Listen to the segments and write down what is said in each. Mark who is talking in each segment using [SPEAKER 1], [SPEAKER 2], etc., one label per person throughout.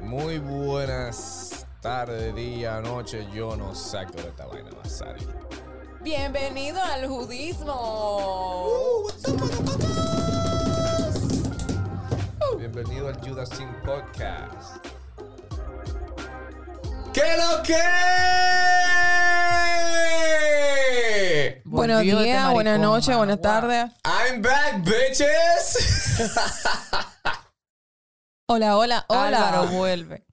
[SPEAKER 1] Muy buenas tardes, día, noche. Yo no saco de esta vaina, Masari.
[SPEAKER 2] Bienvenido al judismo.
[SPEAKER 1] Bienvenido al Judas Sin Podcast. ¿Qué lo que?
[SPEAKER 2] Buenos
[SPEAKER 3] Volvió este
[SPEAKER 2] días,
[SPEAKER 3] maricón,
[SPEAKER 2] buenas noches,
[SPEAKER 3] mano.
[SPEAKER 2] buenas
[SPEAKER 3] Wow.
[SPEAKER 2] tardes.
[SPEAKER 1] I'm back, bitches.
[SPEAKER 2] Hola, hola,
[SPEAKER 3] Álvaro
[SPEAKER 2] hola.
[SPEAKER 3] vuelve.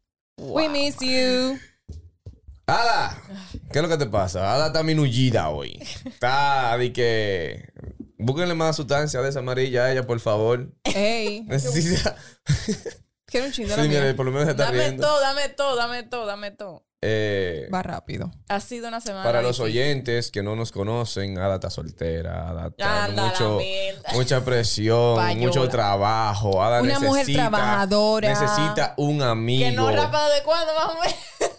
[SPEAKER 2] We miss you.
[SPEAKER 1] Ada, ¿qué es lo que te pasa? Ada está minullida hoy. Está de que. Búsquenle más sustancia de esa amarilla a ella, por favor.
[SPEAKER 2] Hey,
[SPEAKER 1] Necesita.
[SPEAKER 2] quiero un chingo
[SPEAKER 1] Sí, mire, por lo menos se está
[SPEAKER 2] Dame
[SPEAKER 1] riendo.
[SPEAKER 2] todo, dame todo, dame todo, dame todo.
[SPEAKER 1] Eh,
[SPEAKER 3] Va rápido.
[SPEAKER 2] Ha sido una semana.
[SPEAKER 1] para los
[SPEAKER 2] difícil.
[SPEAKER 1] oyentes que no nos conocen, Ada está soltera, Ada está en
[SPEAKER 2] Anda la
[SPEAKER 1] mucho,
[SPEAKER 2] mierda.
[SPEAKER 1] mucha presión,
[SPEAKER 2] Payola.
[SPEAKER 1] mucho trabajo. Ada
[SPEAKER 3] Una
[SPEAKER 1] necesita,
[SPEAKER 3] mujer trabajadora.
[SPEAKER 1] Necesita un amigo.
[SPEAKER 2] Que no rapa de cuándo, más o menos.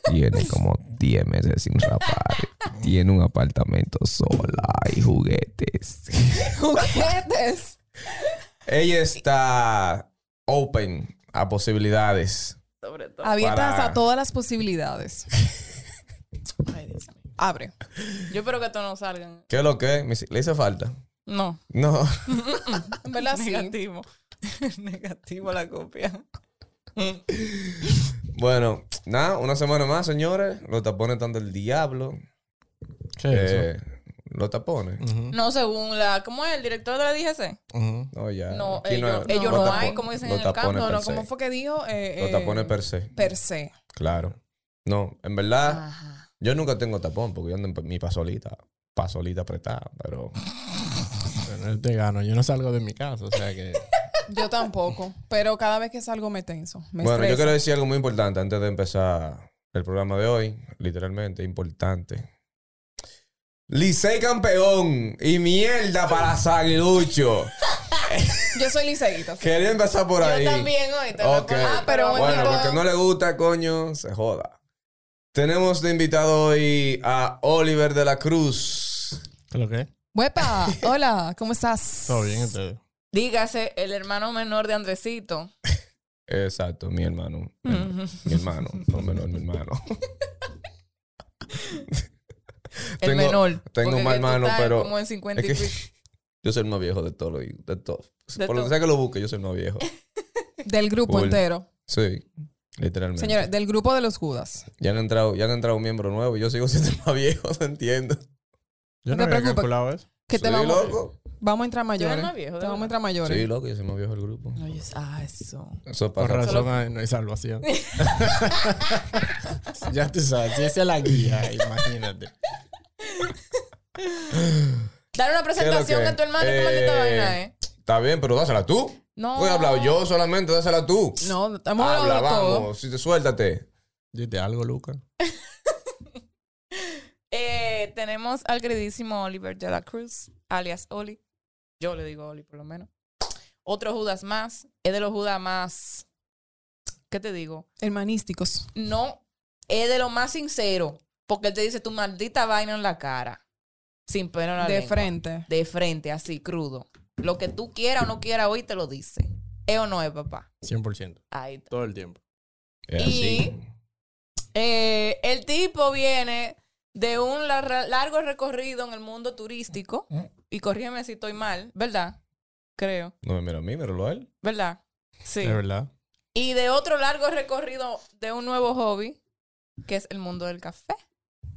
[SPEAKER 1] Tiene como 10 meses sin rapar. Tiene un apartamento sola y juguetes.
[SPEAKER 2] Juguetes.
[SPEAKER 1] Ella está open a posibilidades.
[SPEAKER 2] Sobre todo.
[SPEAKER 3] Abiertas
[SPEAKER 1] Para-
[SPEAKER 3] a todas las posibilidades.
[SPEAKER 2] Ay, Dios mío.
[SPEAKER 3] Abre.
[SPEAKER 2] Yo espero que esto no salgan.
[SPEAKER 1] ¿Qué es lo que? Me- ¿Le hizo falta?
[SPEAKER 2] No.
[SPEAKER 1] No.
[SPEAKER 3] En verdad sí.
[SPEAKER 2] Negativo. Negativo la copia.
[SPEAKER 1] Bueno, nada, una semana más, señores. Los tapones están del diablo.
[SPEAKER 4] ¿Qué es eso?
[SPEAKER 1] Eh, los tapones.
[SPEAKER 4] Ujú,
[SPEAKER 2] No, según la. ¿Cómo es? ¿El director de la DGC?
[SPEAKER 4] ujú.
[SPEAKER 1] No, ya.
[SPEAKER 2] No,
[SPEAKER 1] Aquí
[SPEAKER 2] ellos-
[SPEAKER 1] hay-
[SPEAKER 2] ellos
[SPEAKER 1] los
[SPEAKER 2] no hay,
[SPEAKER 1] tapo-
[SPEAKER 2] como dicen
[SPEAKER 1] los
[SPEAKER 2] en el campo,
[SPEAKER 1] tapones
[SPEAKER 3] No,
[SPEAKER 1] per
[SPEAKER 3] no,
[SPEAKER 1] se.
[SPEAKER 3] ¿cómo fue que dijo? Eh,
[SPEAKER 1] Los
[SPEAKER 3] eh,
[SPEAKER 1] tapones per se,
[SPEAKER 3] per se.
[SPEAKER 1] claro. No, en verdad,
[SPEAKER 2] Ajá.
[SPEAKER 1] yo nunca tengo tapón porque yo ando en pa- mi pasolita. Pasolita apretada, pero...
[SPEAKER 4] Bueno, él te gano. Yo no salgo de mi casa, o sea que.
[SPEAKER 3] Yo tampoco. Pero cada vez que salgo me tenso. Me
[SPEAKER 1] bueno, yo
[SPEAKER 3] estreso.
[SPEAKER 1] quiero decir algo muy importante antes de empezar el programa de hoy. Literalmente, importante. Licey campeón y mierda para Zaguilucho.
[SPEAKER 3] Yo soy liceíta.
[SPEAKER 1] Quería empezar por ahí.
[SPEAKER 2] Yo también hoy. te
[SPEAKER 1] Ok.
[SPEAKER 2] recuerdo. Ah, pero
[SPEAKER 3] Buen
[SPEAKER 1] Bueno,
[SPEAKER 3] equipo.
[SPEAKER 1] porque no le gusta, coño, se joda. Tenemos de invitado hoy a Oliver de la Cruz.
[SPEAKER 4] ¿Qué lo que? es?
[SPEAKER 3] Huepa, hola, ¿cómo estás?
[SPEAKER 4] Todo bien, ustedes.
[SPEAKER 2] Dígase, el hermano menor de Andresito.
[SPEAKER 1] Exacto, mi hermano.
[SPEAKER 2] Mm.
[SPEAKER 1] Mi hermano, no menor, mi hermano.
[SPEAKER 2] El
[SPEAKER 1] Tengo-
[SPEAKER 2] menor.
[SPEAKER 1] Tengo
[SPEAKER 2] Porque
[SPEAKER 1] un mal
[SPEAKER 2] tú
[SPEAKER 1] hermano,
[SPEAKER 2] estás
[SPEAKER 1] pero.
[SPEAKER 2] Como en 50 y
[SPEAKER 1] es que
[SPEAKER 2] pico.
[SPEAKER 1] yo soy el más viejo de todo. lo- De todo.
[SPEAKER 2] De
[SPEAKER 1] Por lo que
[SPEAKER 2] todo.
[SPEAKER 1] sea que lo busque, yo soy el más viejo.
[SPEAKER 3] Del grupo
[SPEAKER 1] Cool.
[SPEAKER 3] entero.
[SPEAKER 1] Sí, literalmente.
[SPEAKER 3] Señores, del grupo de los Judas.
[SPEAKER 1] Ya han entrado, ya han entrado un miembro nuevo y yo sigo siendo el más viejo, ¿se entiendo?
[SPEAKER 4] Yo
[SPEAKER 3] No
[SPEAKER 4] no
[SPEAKER 3] te
[SPEAKER 4] había
[SPEAKER 3] preocupes.
[SPEAKER 4] calculado eso.
[SPEAKER 3] Que te
[SPEAKER 1] Soy
[SPEAKER 3] vamos,
[SPEAKER 1] loco.
[SPEAKER 3] vamos a entrar
[SPEAKER 2] Tú eres
[SPEAKER 3] mayores.
[SPEAKER 2] más viejo,
[SPEAKER 3] Te
[SPEAKER 2] de
[SPEAKER 3] vamos a
[SPEAKER 2] verdad.
[SPEAKER 3] entrar mayores.
[SPEAKER 1] Sí, loco, yo soy el más viejo del grupo.
[SPEAKER 2] No, yo- Ah, eso.
[SPEAKER 1] Eso
[SPEAKER 4] Por
[SPEAKER 1] pasa.
[SPEAKER 4] razón hay- no hay salvación. ya tú sabes, si esa es la guía, imagínate.
[SPEAKER 2] Dale una presentación
[SPEAKER 1] que?
[SPEAKER 2] a tu hermano. ¿Qué maldita
[SPEAKER 1] Eh,
[SPEAKER 2] vaina, eh?
[SPEAKER 1] Está bien, pero dásela tú.
[SPEAKER 2] No.
[SPEAKER 1] Voy a hablar Pues yo solamente, dásela tú.
[SPEAKER 3] No, estamos hablando
[SPEAKER 1] Habla,
[SPEAKER 3] de todo.
[SPEAKER 1] vamos. Si te suéltate.
[SPEAKER 4] Dite algo, Luca.
[SPEAKER 2] Eh, tenemos al queridísimo Oliver de la Cruz, alias Oli. Yo le digo Oli, por lo menos. Otro Judas más. Es de los Judas más. ¿Qué te digo?
[SPEAKER 3] Hermanísticos.
[SPEAKER 2] no es de lo más sincero, porque él te dice tu maldita vaina en la cara, sin pena en la
[SPEAKER 3] De
[SPEAKER 2] lengua.
[SPEAKER 3] frente.
[SPEAKER 2] De frente, así, crudo. Lo que tú quieras o no quieras hoy te lo dice. ¿Es o no es, papá?
[SPEAKER 4] 100%.
[SPEAKER 2] Ahí está.
[SPEAKER 4] Todo el tiempo.
[SPEAKER 1] Es
[SPEAKER 2] Y- Eh, el tipo viene de un lar- largo recorrido en el mundo turístico,
[SPEAKER 1] Mm.
[SPEAKER 2] y corrígeme si estoy mal, ¿verdad? Creo,
[SPEAKER 1] No me mira a mí, míralo a él.
[SPEAKER 2] ¿verdad? Sí.
[SPEAKER 4] De verdad.
[SPEAKER 2] Y de otro largo recorrido de un nuevo hobby, que es el mundo del café.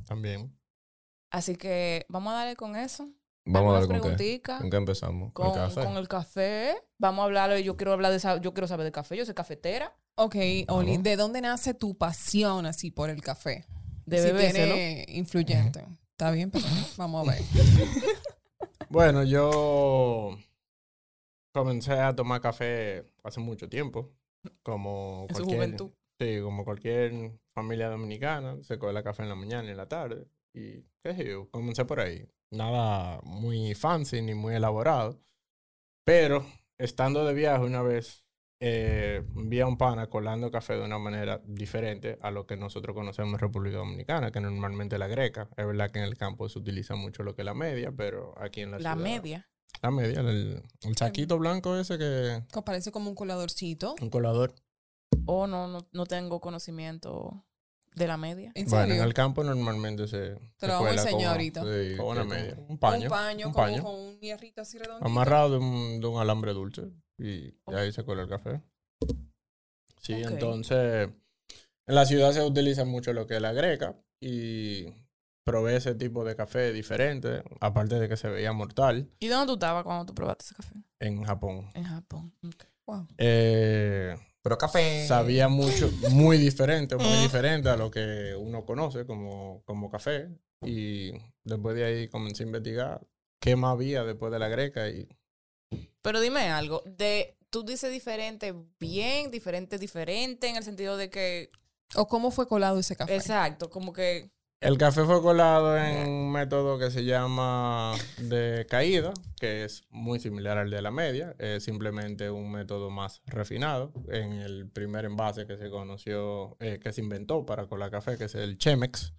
[SPEAKER 4] También.
[SPEAKER 2] Así que vamos a darle con eso.
[SPEAKER 1] Vamos a
[SPEAKER 2] Algunas
[SPEAKER 1] ver con qué.
[SPEAKER 2] preguntitas
[SPEAKER 1] ¿Con qué empezamos?
[SPEAKER 2] con,
[SPEAKER 4] el café.
[SPEAKER 2] con el café. Vamos a hablar. Yo quiero hablar de esa, yo quiero saber de café. Yo soy cafetera.
[SPEAKER 3] Ok, Oli,
[SPEAKER 1] Vamos.
[SPEAKER 3] ¿de dónde nace tu pasión así por el café?
[SPEAKER 2] De
[SPEAKER 3] si
[SPEAKER 2] bebéselo.
[SPEAKER 3] tiene influyente. Está bien, pero vamos a ver.
[SPEAKER 4] Bueno, yo comencé a tomar café hace mucho tiempo. Como
[SPEAKER 2] En su
[SPEAKER 4] cualquier-
[SPEAKER 2] juventud.
[SPEAKER 4] Sí, como cualquier familia dominicana, se coge la café en la mañana y en la tarde. Y qué sé yo, comencé por ahí. Nada muy fancy ni muy elaborado. Pero estando de viaje una vez, eh, vi a un pana colando café de una manera diferente a lo que nosotros conocemos en República Dominicana, que normalmente la greca. Es verdad que en el campo se utiliza mucho lo que es la media, pero aquí en la,
[SPEAKER 2] La
[SPEAKER 4] ciudad-
[SPEAKER 2] media.
[SPEAKER 4] La media, el, el saquito blanco ese que...
[SPEAKER 3] Co- Parece como un coladorcito.
[SPEAKER 4] Un colador.
[SPEAKER 2] oh, no, no, no tengo conocimiento de la media.
[SPEAKER 3] ¿En
[SPEAKER 5] Bueno, en
[SPEAKER 3] serio?
[SPEAKER 5] el campo normalmente se.
[SPEAKER 3] Te
[SPEAKER 5] se
[SPEAKER 3] lo vamos a
[SPEAKER 5] cuela
[SPEAKER 3] enseñar
[SPEAKER 5] con-
[SPEAKER 3] ahorita.
[SPEAKER 1] Sí,
[SPEAKER 5] con una
[SPEAKER 1] que
[SPEAKER 5] media.
[SPEAKER 1] como-
[SPEAKER 5] Un paño.
[SPEAKER 3] un paño,
[SPEAKER 5] un
[SPEAKER 3] como
[SPEAKER 5] paño.
[SPEAKER 3] con un hierrito así redondo.
[SPEAKER 5] Amarrado de un, de un alambre dulce. Y de ahí se cuela el café. Sí,
[SPEAKER 2] Ok.
[SPEAKER 5] entonces. En la ciudad se utiliza mucho lo que es la greca. Y probé ese tipo de café diferente. Aparte de que se veía mortal
[SPEAKER 2] ¿Y dónde tú estabas cuando tú probaste ese café?
[SPEAKER 5] en Japón.
[SPEAKER 2] En Japón. Ok.
[SPEAKER 5] Eh,
[SPEAKER 1] Pero café.
[SPEAKER 5] sabía mucho, muy diferente, muy diferente a lo que uno conoce como, como café. Y después de ahí comencé a investigar qué más había después de la greca y
[SPEAKER 2] Pero dime algo, de tú dices diferente bien, diferente diferente en el sentido de que
[SPEAKER 3] ¿O cómo fue colado ese café?
[SPEAKER 2] exacto, como que
[SPEAKER 5] El café fue colado en un método que se llama de caída, que es muy similar al de la media, es simplemente un método más refinado. En el primer envase que se conoció, eh, que se inventó para colar café, que es el Chemex.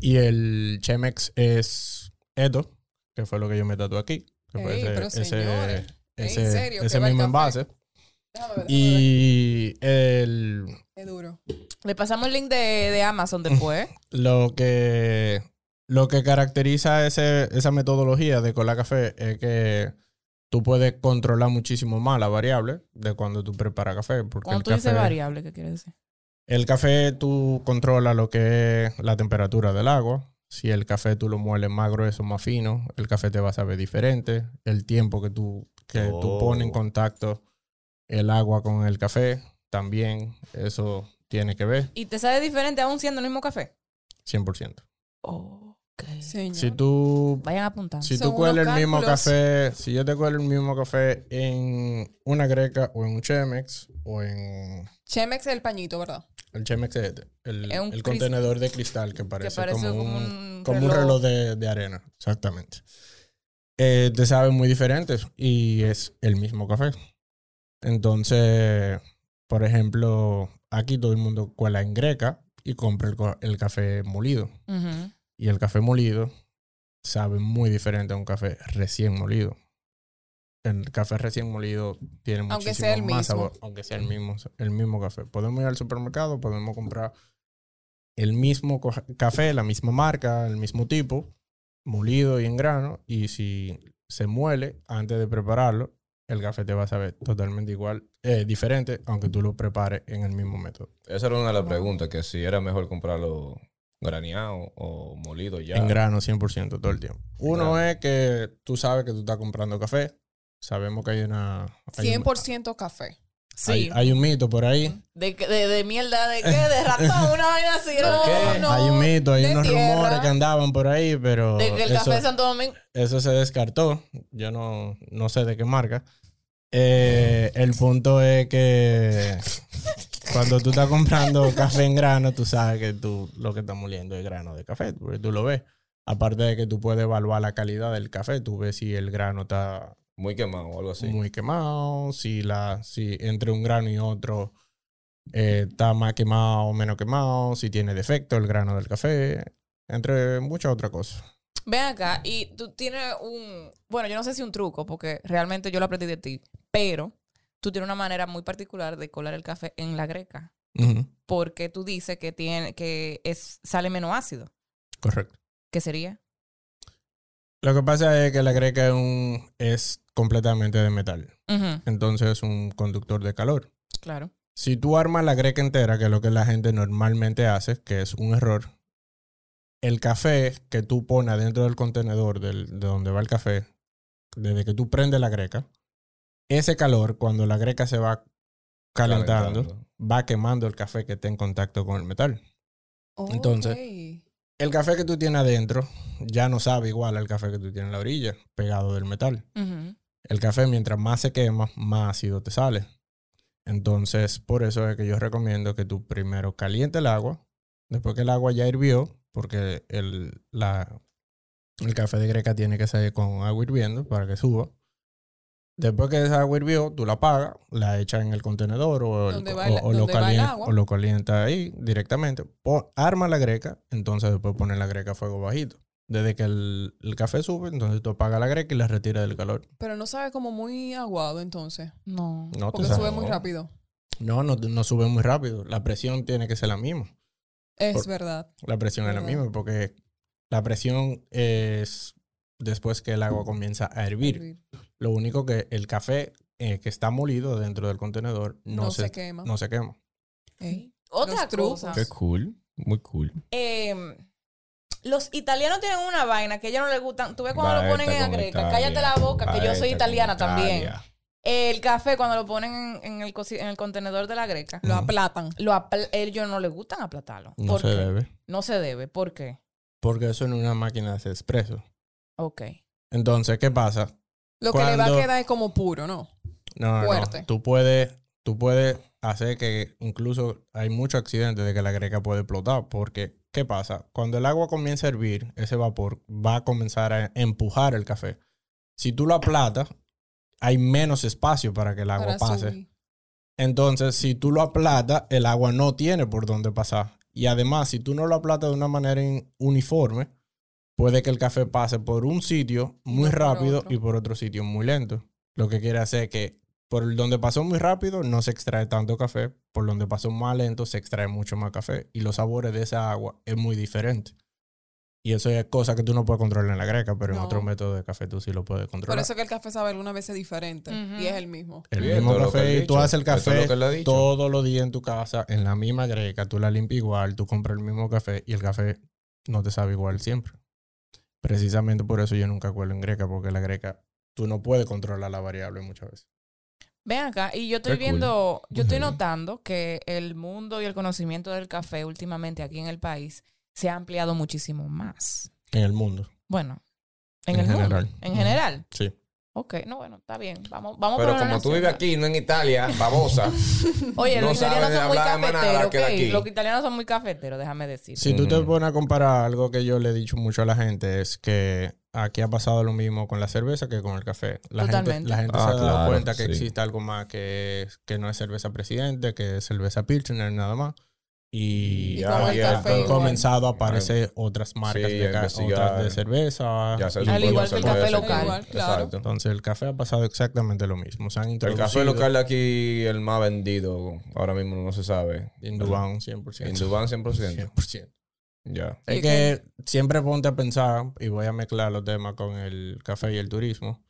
[SPEAKER 5] Y el Chemex es esto, que fue lo que yo me tatué aquí. que fue
[SPEAKER 3] Ey, pero señores, ¿en
[SPEAKER 5] ese-
[SPEAKER 3] serio que
[SPEAKER 5] ese
[SPEAKER 3] va el
[SPEAKER 5] mismo
[SPEAKER 3] café?
[SPEAKER 5] envase.
[SPEAKER 3] Déjame ver, déjame ver.
[SPEAKER 5] Y el,
[SPEAKER 3] Qué duro.
[SPEAKER 2] le pasamos el link de, de Amazon después.
[SPEAKER 5] Lo que, lo que caracteriza ese, esa metodología de colar café es que tú puedes controlar muchísimo más la variable de cuando tú preparas café. Porque
[SPEAKER 2] Cuando
[SPEAKER 5] el
[SPEAKER 2] tú dices
[SPEAKER 5] café,
[SPEAKER 2] variable, ¿qué quieres decir?
[SPEAKER 5] el café tú controlas lo que es la temperatura del agua. Si el café tú lo mueles más grueso, más fino, el café te va a saber diferente. El tiempo que tú, que tú
[SPEAKER 1] Oh.
[SPEAKER 5] pones en contacto el agua con el café, también eso tiene que ver
[SPEAKER 2] Y te sabe diferente aún siendo el mismo café.
[SPEAKER 5] 100%.
[SPEAKER 2] Ok.
[SPEAKER 3] Señor.
[SPEAKER 5] Si tú
[SPEAKER 2] Vayan apuntando.
[SPEAKER 5] Si
[SPEAKER 3] Son
[SPEAKER 5] tú cuelas el
[SPEAKER 3] unos
[SPEAKER 5] mismo
[SPEAKER 3] cálculos.
[SPEAKER 5] café, si yo te cuelo el mismo café en una greca o en un Chemex o en
[SPEAKER 3] Chemex es el pañito, ¿verdad?
[SPEAKER 5] el Chemex es este, el,
[SPEAKER 2] Es un cris-
[SPEAKER 5] el contenedor de cristal que parece,
[SPEAKER 2] parece
[SPEAKER 5] como,
[SPEAKER 2] como
[SPEAKER 5] un,
[SPEAKER 2] un
[SPEAKER 5] como un reloj
[SPEAKER 2] reloj.
[SPEAKER 5] de, de arena, exactamente. Eh, te saben muy diferentes y es el mismo café. Entonces, por ejemplo, aquí todo el mundo cuela en greca y compra el co- el café molido.
[SPEAKER 2] Ujú.
[SPEAKER 5] Y el café molido sabe muy diferente a un café recién molido. El café recién molido tiene muchísimo
[SPEAKER 3] Aunque sea el
[SPEAKER 5] más
[SPEAKER 3] mismo.
[SPEAKER 5] sabor, aunque sea el mismo, el mismo café. Podemos ir al supermercado, podemos comprar el mismo co- café, la misma marca, el mismo tipo, molido y en grano. Y si se muele antes de prepararlo, el café te va a saber totalmente igual, eh, diferente, aunque tú lo prepares en el mismo método.
[SPEAKER 1] Esa era una de las preguntas, que si era mejor comprarlo graneado o molido ya.
[SPEAKER 5] En grano, 100% todo el tiempo. Uno
[SPEAKER 1] grano.
[SPEAKER 5] es que tú sabes que tú estás comprando café. Sabemos que hay una. Hay un,
[SPEAKER 3] 100% café.
[SPEAKER 2] Sí.
[SPEAKER 5] hay- hay un mito por ahí.
[SPEAKER 2] De, de, de mierda, ¿de qué? De ratón, una vaina así. ¿no?
[SPEAKER 1] qué?
[SPEAKER 3] no,
[SPEAKER 5] hay un mito, hay
[SPEAKER 3] de
[SPEAKER 5] unos
[SPEAKER 3] tierra.
[SPEAKER 5] rumores que andaban por ahí, pero.
[SPEAKER 2] De que el
[SPEAKER 5] eso,
[SPEAKER 2] café de Santo Domingo.
[SPEAKER 5] eso se descartó. Yo no, no sé de qué marca. Eh, el punto es que. Cuando tú estás comprando café en grano, tú sabes que tú lo que estás moliendo es grano de café, porque tú lo ves. Aparte de que tú puedes evaluar la calidad del café, tú ves si el grano está
[SPEAKER 1] Muy quemado o algo así.
[SPEAKER 5] muy quemado, si, la, si entre un grano y otro eh, está más quemado o menos quemado, si tiene defecto el grano del café, entre muchas otras cosas.
[SPEAKER 2] Ven acá, y tú tienes un. Bueno, yo no sé si un truco, porque realmente yo lo aprendí de ti, pero tú tienes una manera muy particular de colar el café en la greca, porque tú dices que, tiene, que es, sale menos ácido.
[SPEAKER 5] Correcto.
[SPEAKER 2] ¿Qué sería?
[SPEAKER 5] Lo que pasa es que la greca es, un- es completamente de metal, entonces es un conductor de calor.
[SPEAKER 2] Claro.
[SPEAKER 5] Si tú armas la greca entera, que es lo que la gente normalmente hace, que es un error, el café que tú pones dentro del contenedor del- de donde va el café, desde que tú prendes la greca, ese calor, cuando la greca se va calentando, va quemando el café que está en contacto con el metal. Entonces,
[SPEAKER 3] Ok.
[SPEAKER 5] El café que tú tienes adentro ya no sabe igual al café que tú tienes en la orilla, pegado del metal. El café, mientras más se quema, más ácido te sale. Entonces, por eso es que yo recomiendo que tú primero caliente el agua. Después que el agua ya hirvió, porque el, la, el café de greca tiene que salir con agua hirviendo para que suba. Después que esa agua hirvió, tú la apagas, la echas en el contenedor o, el-
[SPEAKER 3] Donde
[SPEAKER 5] o-
[SPEAKER 3] va el-
[SPEAKER 5] o lo,
[SPEAKER 3] donde va el
[SPEAKER 5] calien-
[SPEAKER 3] agua.
[SPEAKER 5] o lo calienta ahí directamente. Po- arma la greca, entonces después pones la greca a fuego bajito. Desde que el, el café sube, entonces tú apagas la greca y la retiras del calor.
[SPEAKER 3] Pero no sabe como muy aguado entonces.
[SPEAKER 2] No.
[SPEAKER 5] No, tú
[SPEAKER 3] Porque
[SPEAKER 5] sabes.
[SPEAKER 3] sube muy rápido.
[SPEAKER 5] No, no, no sube muy rápido. La presión tiene que ser la misma.
[SPEAKER 3] Es
[SPEAKER 5] Por-
[SPEAKER 3] verdad.
[SPEAKER 5] La presión es la
[SPEAKER 3] Ujú.
[SPEAKER 5] misma porque la presión es después que el agua comienza a hervir. Lo único que el café eh, que está molido dentro del contenedor no, se,
[SPEAKER 3] quema.
[SPEAKER 5] no se quema.
[SPEAKER 3] Ey.
[SPEAKER 2] Otra
[SPEAKER 3] Los trucos.
[SPEAKER 2] cosa.
[SPEAKER 1] Qué cool. Muy cool.
[SPEAKER 2] eh, los italianos tienen una vaina que a ellos no les gustan. Tú ves cuando
[SPEAKER 1] Va
[SPEAKER 2] lo ponen
[SPEAKER 1] esta
[SPEAKER 2] en
[SPEAKER 1] con
[SPEAKER 2] agreca.
[SPEAKER 1] Italia.
[SPEAKER 2] Cállate la boca, que
[SPEAKER 1] Va
[SPEAKER 2] yo soy
[SPEAKER 1] esta con
[SPEAKER 2] italiana también.
[SPEAKER 1] Italia.
[SPEAKER 2] El café, cuando lo ponen en, en el, cosi- en el contenedor de la greca,
[SPEAKER 3] Lo
[SPEAKER 5] Ujú.
[SPEAKER 3] aplatan.
[SPEAKER 2] lo apl- ellos no les gustan aplatarlo.
[SPEAKER 5] No
[SPEAKER 2] ¿Por
[SPEAKER 5] se
[SPEAKER 2] qué?
[SPEAKER 5] debe.
[SPEAKER 2] No se debe. ¿Por qué?
[SPEAKER 5] Porque eso en una máquina se expreso.
[SPEAKER 2] Ok.
[SPEAKER 5] Entonces, ¿qué pasa?
[SPEAKER 3] Lo que le va
[SPEAKER 5] Cuando-
[SPEAKER 3] a quedar es como puro, ¿no?
[SPEAKER 5] No, no, no.
[SPEAKER 3] Fuerte.
[SPEAKER 5] Tú puedes, tú puedes hacer que incluso hay muchos accidentes de que la greca puede explotar. Porque, ¿qué pasa? Cuando el agua comienza a hervir, ese vapor va a comenzar a empujar el café. Si tú lo aplatas, hay menos espacio para que el agua
[SPEAKER 3] Para
[SPEAKER 5] pase.
[SPEAKER 3] subir.
[SPEAKER 5] Entonces, si tú lo aplatas, el agua no tiene por dónde pasar. Y además, si tú no lo aplatas de una manera in- uniforme, puede que el café pase por un sitio
[SPEAKER 3] Y
[SPEAKER 5] muy
[SPEAKER 3] no por
[SPEAKER 5] rápido
[SPEAKER 3] otro.
[SPEAKER 5] y por otro sitio muy lento. Lo que quiere hacer que por el donde pasó muy rápido no se extrae tanto café, por donde pasó más lento se extrae mucho más café y los sabores de esa agua es muy diferente. Y eso es cosa que tú no puedes controlar en la greca, pero en
[SPEAKER 3] No.
[SPEAKER 5] otro método de café tú sí lo puedes
[SPEAKER 3] Por
[SPEAKER 5] controlar.
[SPEAKER 3] eso que el café sabe algunas veces diferente
[SPEAKER 2] Ujú.
[SPEAKER 3] y es el mismo.
[SPEAKER 5] el
[SPEAKER 1] Sí, esto
[SPEAKER 5] mismo
[SPEAKER 1] es lo que
[SPEAKER 5] café,
[SPEAKER 1] él
[SPEAKER 5] y tú
[SPEAKER 1] dicho.
[SPEAKER 5] haces el
[SPEAKER 1] Esto es
[SPEAKER 5] café
[SPEAKER 1] lo que él ha dicho.
[SPEAKER 5] todos los días en tu casa, en la misma greca, tú la limpias igual, tú compras el mismo café y el café no te sabe igual siempre. Precisamente por eso yo nunca cuelo en greca, porque la greca tú no puedes controlar la variable muchas veces.
[SPEAKER 2] Ven acá, y yo
[SPEAKER 1] Qué
[SPEAKER 2] estoy
[SPEAKER 1] cool.
[SPEAKER 2] viendo, yo estoy
[SPEAKER 1] Ujú.
[SPEAKER 2] notando que el mundo y el conocimiento del café últimamente aquí en el país se ha ampliado muchísimo más.
[SPEAKER 5] En el mundo.
[SPEAKER 2] Bueno, en,
[SPEAKER 5] En
[SPEAKER 2] el mundo,
[SPEAKER 5] general.
[SPEAKER 2] En
[SPEAKER 5] Ujú.
[SPEAKER 2] general.
[SPEAKER 5] Sí.
[SPEAKER 2] Ok, no, bueno, está bien. Vamos, vamos
[SPEAKER 1] Pero
[SPEAKER 2] por una
[SPEAKER 1] como tú
[SPEAKER 2] nación.
[SPEAKER 1] vives aquí, no en Italia, babosa.
[SPEAKER 2] Oye,
[SPEAKER 1] no
[SPEAKER 2] los italianos
[SPEAKER 1] saben
[SPEAKER 2] son muy
[SPEAKER 1] hablar de manada
[SPEAKER 2] cafeteros,
[SPEAKER 1] que de
[SPEAKER 2] ok.
[SPEAKER 1] aquí.
[SPEAKER 2] Los italianos son muy cafeteros, déjame decir.
[SPEAKER 5] Si tú te
[SPEAKER 1] Ujú.
[SPEAKER 5] pones a comparar algo que yo le he dicho mucho a la gente, es que aquí ha pasado lo mismo con la cerveza que con el café. La gente,
[SPEAKER 2] Totalmente.
[SPEAKER 5] la gente
[SPEAKER 1] Ah,
[SPEAKER 5] se ha dado
[SPEAKER 1] claro,
[SPEAKER 5] cuenta que
[SPEAKER 1] sí.
[SPEAKER 5] existe algo más que, es- que no es cerveza presidente, que es cerveza Pilsner nada más. Y,
[SPEAKER 3] Y
[SPEAKER 5] ha-
[SPEAKER 3] como el
[SPEAKER 5] ha
[SPEAKER 3] café igual.
[SPEAKER 5] comenzado a aparecer otras marcas
[SPEAKER 1] Sí,
[SPEAKER 5] de,
[SPEAKER 1] a
[SPEAKER 5] ca-
[SPEAKER 1] investigar.
[SPEAKER 5] otras de cerveza.
[SPEAKER 1] Ya se
[SPEAKER 5] Y-
[SPEAKER 2] Al
[SPEAKER 1] supone,
[SPEAKER 2] igual
[SPEAKER 1] se
[SPEAKER 2] que el
[SPEAKER 1] puede
[SPEAKER 2] café
[SPEAKER 1] decir.
[SPEAKER 2] local.
[SPEAKER 3] Igual, claro.
[SPEAKER 1] Exacto.
[SPEAKER 5] Entonces el café ha pasado exactamente lo mismo. Se han
[SPEAKER 1] El
[SPEAKER 5] introducido
[SPEAKER 1] café local de aquí, el más vendido, ahora mismo no se sabe.
[SPEAKER 5] en Dubán 100%.
[SPEAKER 1] En Dubán 100%.
[SPEAKER 5] 100%.
[SPEAKER 1] Ya.
[SPEAKER 5] Es
[SPEAKER 3] Y
[SPEAKER 5] que siempre ponte a pensar, y voy a mezclar los temas con el café y el turismo.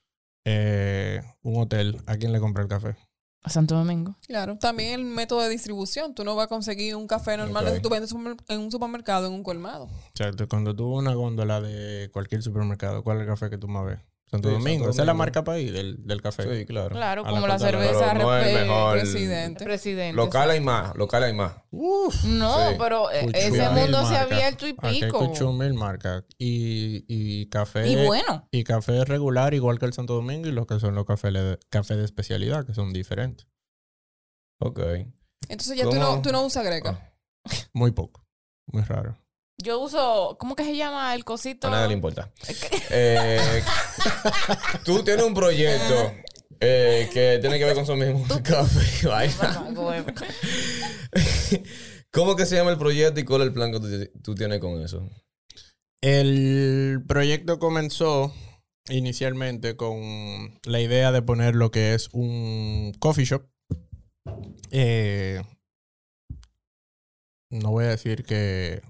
[SPEAKER 5] Eh, un hotel, ¿a quién le compra el café?
[SPEAKER 2] A Santo Domingo.
[SPEAKER 1] Ah,
[SPEAKER 3] Claro, también el método de distribución. Tú no vas a conseguir un café normal
[SPEAKER 1] Ok.
[SPEAKER 3] que tú vendes supermer- en un supermercado, en un colmado.
[SPEAKER 5] O sea, tú- cuando tú vas a una góndola de cualquier supermercado, ¿cuál es el café que tú más ves? Santo
[SPEAKER 1] Sí,
[SPEAKER 5] Domingo.
[SPEAKER 1] Santo
[SPEAKER 5] Esa es la
[SPEAKER 1] Domingo.
[SPEAKER 5] marca país del, del café.
[SPEAKER 1] Sí, claro.
[SPEAKER 2] Claro,
[SPEAKER 5] A la
[SPEAKER 2] como la,
[SPEAKER 5] Costa de la
[SPEAKER 2] cerveza
[SPEAKER 1] Oro, no es
[SPEAKER 2] rep-
[SPEAKER 1] mejor.
[SPEAKER 3] Presidente.
[SPEAKER 2] presidente.
[SPEAKER 1] Local hay más, local hay más.
[SPEAKER 5] Uf,
[SPEAKER 2] No,
[SPEAKER 1] Sí.
[SPEAKER 2] pero eh,
[SPEAKER 5] Cuchumil
[SPEAKER 2] ese mundo se ha
[SPEAKER 5] marca.
[SPEAKER 2] abierto y
[SPEAKER 1] Ah,
[SPEAKER 5] aquí hay
[SPEAKER 2] pico.
[SPEAKER 5] cuchumil marca. Y, y café.
[SPEAKER 2] Y bueno,
[SPEAKER 5] y café regular, igual que el Santo Domingo, y los que son los cafés de, café de especialidad, que son diferentes.
[SPEAKER 1] Ok.
[SPEAKER 3] Entonces ya tú
[SPEAKER 1] ¿Cómo?
[SPEAKER 3] no, tú no usas
[SPEAKER 5] Ah,
[SPEAKER 3] greca.
[SPEAKER 1] A
[SPEAKER 5] Muy poco. Muy raro.
[SPEAKER 2] yo uso, ¿cómo que se llama el cosito?
[SPEAKER 1] nadie le importa. Eh, tú tienes un proyecto eh, que tiene que ver con eso mismo. Café y vaina. ¿Cómo que se llama el proyecto y cuál es el plan que tú, tú tienes con eso?
[SPEAKER 5] El proyecto comenzó inicialmente con la idea de poner lo que es un coffee shop. Eh, no voy a decir que,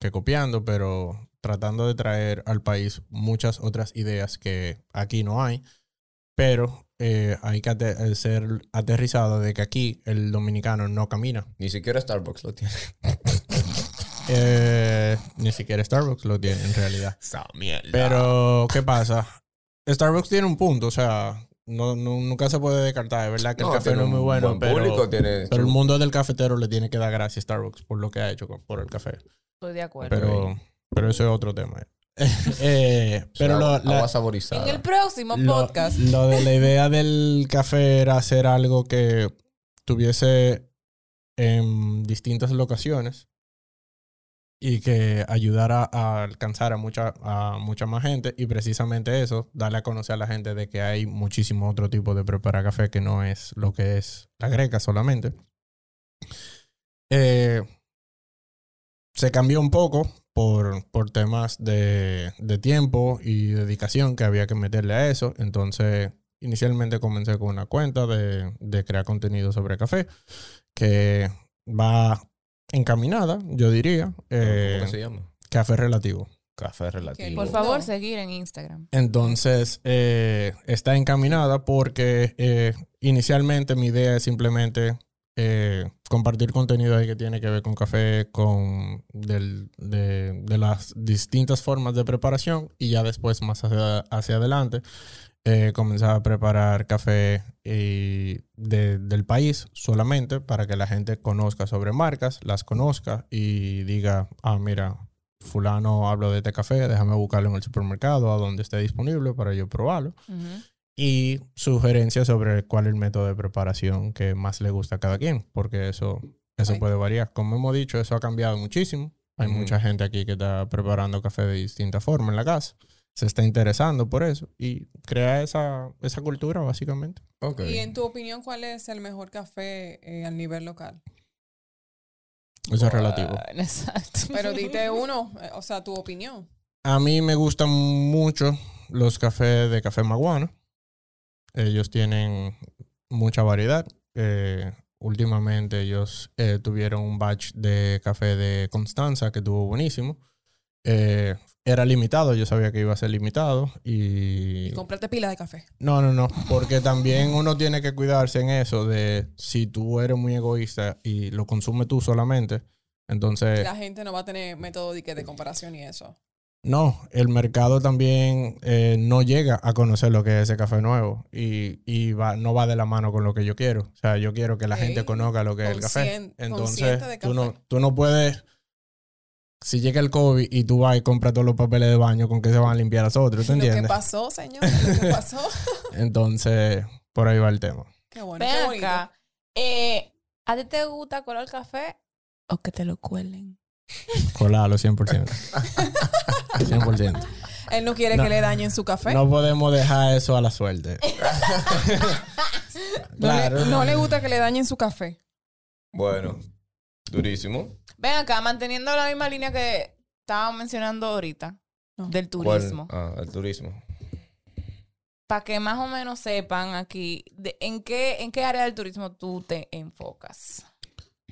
[SPEAKER 5] que copiando, pero tratando de traer al país muchas otras ideas que aquí no hay. Pero eh, hay que ate- ser aterrizado de que aquí el dominicano no camina.
[SPEAKER 1] Ni siquiera Starbucks lo tiene.
[SPEAKER 5] Eh, ni siquiera Starbucks lo tiene en realidad.
[SPEAKER 1] Esa mierda.
[SPEAKER 5] Pero, ¿qué pasa? Starbucks tiene un punto, o sea, no, no- nunca se puede descartar. Es verdad que el café
[SPEAKER 1] tiene
[SPEAKER 5] no es muy
[SPEAKER 1] un
[SPEAKER 5] bueno,
[SPEAKER 1] buen
[SPEAKER 5] pero,
[SPEAKER 1] público tiene.
[SPEAKER 5] pero el mundo del cafetero le tiene que dar gracias a Starbucks por lo que ha hecho con- por el café.
[SPEAKER 2] Estoy de acuerdo.
[SPEAKER 5] Pero, pero eso es otro tema. Eh, pero lo, la-
[SPEAKER 1] agua saborizada.
[SPEAKER 2] en el próximo
[SPEAKER 5] lo-
[SPEAKER 2] podcast.
[SPEAKER 5] lo de la idea del café era hacer algo que tuviese en distintas locaciones y que ayudara a alcanzar a mucha, a mucha más gente y precisamente eso, darle a conocer a la gente de que hay muchísimo otro tipo de preparar café que no es lo que es la greca solamente. Eh, se cambió un poco por, por temas de, de tiempo y dedicación que había que meterle a eso. Entonces inicialmente comencé con una cuenta de, de crear contenido sobre café que va encaminada, yo diría, eh,
[SPEAKER 1] ¿Cómo que se llama?
[SPEAKER 5] café relativo.
[SPEAKER 1] Café relativo.
[SPEAKER 2] Por favor,
[SPEAKER 3] No.
[SPEAKER 2] seguir en Instagram.
[SPEAKER 5] Entonces, eh, está encaminada porque eh, inicialmente mi idea es simplemente eh, compartir contenido ahí que tiene que ver con café, con del- de, de las distintas formas de preparación y ya después, más hacia, hacia adelante, eh, comenzar a preparar café y de- del país solamente para que la gente conozca sobre marcas, las conozca y diga, ah, mira, fulano habla de este café, déjame buscarlo en el supermercado, a donde esté disponible para yo probarlo. Y sugerencias sobre cuál es el método de preparación que más le gusta a cada quien, porque eso, eso
[SPEAKER 3] Ay.
[SPEAKER 5] puede variar. Como hemos dicho, eso ha cambiado muchísimo. Hay
[SPEAKER 1] Ujú.
[SPEAKER 5] mucha gente aquí que está preparando café de distintas formas en la casa. Se está interesando por eso y crea esa, esa cultura, básicamente.
[SPEAKER 1] Ok.
[SPEAKER 3] Y en tu opinión, ¿cuál es el mejor café eh, al nivel local?
[SPEAKER 5] Eso es relativo.
[SPEAKER 2] Bueno, Ah, Exacto.
[SPEAKER 3] Pero dite uno, eh, o sea, tu opinión.
[SPEAKER 5] A mí me gustan mucho los cafés de Café Maguana. Ellos tienen mucha variedad. Eh, últimamente ellos eh, tuvieron un batch de café de Constanza que estuvo buenísimo. Eh, era limitado, yo sabía que iba a ser limitado. Y...
[SPEAKER 3] Y comprarte pila de café.
[SPEAKER 5] No, no, no, porque también uno tiene que cuidarse en eso de si tú eres muy egoísta y lo consumes tú solamente. Entonces,
[SPEAKER 3] La gente no va a tener método de, que de comparación y eso.
[SPEAKER 5] No, el mercado también eh, no llega a conocer lo que es ese café nuevo y, y va, no va de la mano con lo que yo quiero. O sea, yo quiero que la
[SPEAKER 3] Ok.
[SPEAKER 5] gente conozca lo que es el café.
[SPEAKER 3] Conscien-
[SPEAKER 5] Entonces,
[SPEAKER 3] consciente de
[SPEAKER 5] Tú, no,
[SPEAKER 3] café.
[SPEAKER 5] tú no puedes, si llega el COVID y tú vas y compras todos los papeles de baño, ¿con qué se van a limpiar los otros? ¿Tú
[SPEAKER 3] Lo que
[SPEAKER 5] entiendes?
[SPEAKER 3] pasó, señor, lo que pasó.
[SPEAKER 5] Entonces, por ahí va el tema.
[SPEAKER 3] Qué bueno, qué
[SPEAKER 2] Ven
[SPEAKER 3] bonito.
[SPEAKER 2] acá. Eh, ¿A ti te gusta colar café o que te lo cuelen?
[SPEAKER 5] Colalo, 100%. 100%.
[SPEAKER 3] Él no quiere
[SPEAKER 5] No.
[SPEAKER 3] que le dañen su café.
[SPEAKER 5] No podemos dejar eso a la suerte.
[SPEAKER 3] No le-
[SPEAKER 5] Claro.
[SPEAKER 3] no, le, gusta que le dañen su café.
[SPEAKER 1] Bueno, durísimo.
[SPEAKER 2] Ven acá, manteniendo la misma línea que estábamos mencionando ahorita
[SPEAKER 3] No.
[SPEAKER 2] del
[SPEAKER 1] ¿Cuál?
[SPEAKER 2] turismo.
[SPEAKER 1] Ah, el turismo.
[SPEAKER 2] Para que más o menos sepan aquí de- en qué en qué área del turismo tú te enfocas.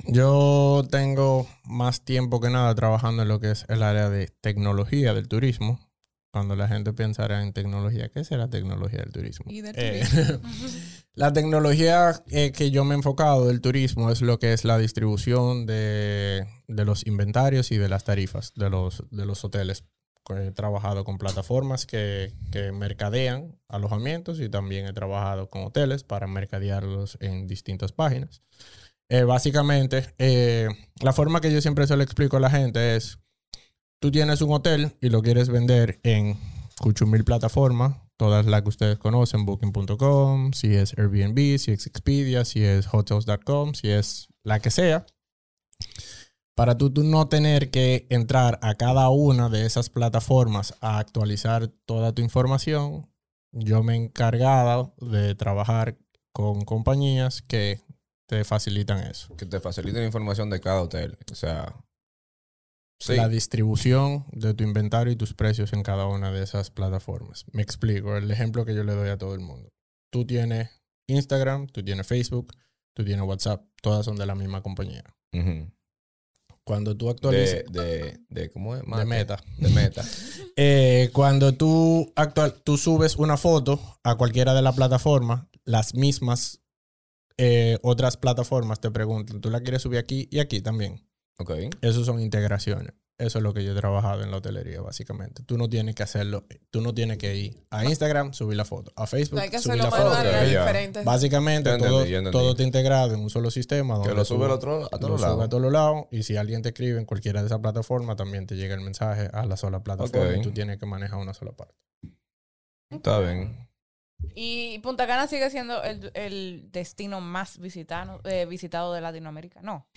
[SPEAKER 5] Yo tengo más tiempo que nada trabajando en lo que es el área de tecnología del turismo. Cuando la gente pensará en tecnología, ¿qué será tecnología del turismo?
[SPEAKER 3] Y del
[SPEAKER 5] Eh, la tecnología eh, que yo me he enfocado del turismo es lo que es la distribución de, de los inventarios y de las tarifas de los, de los hoteles. He trabajado con plataformas que, que mercadean alojamientos y también he trabajado con hoteles para mercadearlos en distintas páginas. Eh, básicamente, eh, la forma que yo siempre se lo explico a la gente es, tú tienes un hotel y lo quieres vender en mil plataformas, todas las que ustedes conocen, booking.com, si es Airbnb, si es Expedia, si es hotels.com, si es la que sea. Para tú, tú no tener que entrar a cada una de esas plataformas a actualizar toda tu información, yo me he encargado de trabajar con compañías que te facilitan eso.
[SPEAKER 1] Que te facilite la información de cada hotel. O sea. Sí.
[SPEAKER 5] la distribución de tu inventario y tus precios en cada una de esas plataformas. Me explico, el ejemplo que yo le doy a todo el mundo. Tú tienes Instagram, tú tienes Facebook, tú tienes WhatsApp, todas son de la misma compañía.
[SPEAKER 1] Ujú.
[SPEAKER 5] Cuando tú
[SPEAKER 1] de,
[SPEAKER 5] actualizas
[SPEAKER 1] de, de, ¿cómo es?
[SPEAKER 5] de,
[SPEAKER 1] Mate.
[SPEAKER 5] meta,
[SPEAKER 1] De meta.
[SPEAKER 5] Eh, cuando tú actual, tú subes una foto a cualquiera de las plataformas, las mismas eh, otras plataformas te preguntan, ¿tú la quieres subir aquí y aquí también?
[SPEAKER 1] Ok.
[SPEAKER 5] Esos son integraciones. Eso es lo que yo he trabajado en la hotelería, básicamente. Tú no tienes que hacerlo. Tú no tienes que ir a Instagram, subir la foto. A Facebook,
[SPEAKER 3] hay que
[SPEAKER 5] subir
[SPEAKER 3] hacerlo
[SPEAKER 5] la
[SPEAKER 1] foto,
[SPEAKER 3] manual, ¿eh?
[SPEAKER 5] foto.
[SPEAKER 3] era
[SPEAKER 1] ya.
[SPEAKER 3] diferente.
[SPEAKER 5] Básicamente,
[SPEAKER 1] Ya entendí,
[SPEAKER 5] todo,
[SPEAKER 1] ya entendí.
[SPEAKER 5] todo está integrado en un solo sistema.
[SPEAKER 1] Que
[SPEAKER 5] donde
[SPEAKER 1] lo
[SPEAKER 5] tú
[SPEAKER 1] sube al otro, a
[SPEAKER 5] lo
[SPEAKER 1] todos
[SPEAKER 5] sube a
[SPEAKER 1] lados.
[SPEAKER 5] todos lados. Y si alguien te escribe en cualquiera de esas plataformas, también te llega el mensaje a la sola plataforma.
[SPEAKER 1] Ok.
[SPEAKER 5] Y tú tienes que manejar una sola parte.
[SPEAKER 1] Está bien.
[SPEAKER 2] Y Punta Cana sigue siendo el, el destino más visitado, eh, visitado de Latinoamérica. No.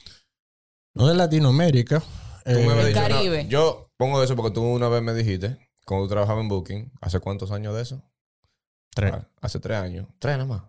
[SPEAKER 5] No de Latinoamérica.
[SPEAKER 1] Tú me
[SPEAKER 5] eh,
[SPEAKER 1] habías dicho, no,
[SPEAKER 2] Caribe.
[SPEAKER 1] yo pongo eso porque tú una vez me dijiste, cuando tú trabajabas en Booking, ¿hace cuántos años de eso?
[SPEAKER 5] tres.
[SPEAKER 1] Ah, Hace tres años. Tres nada más.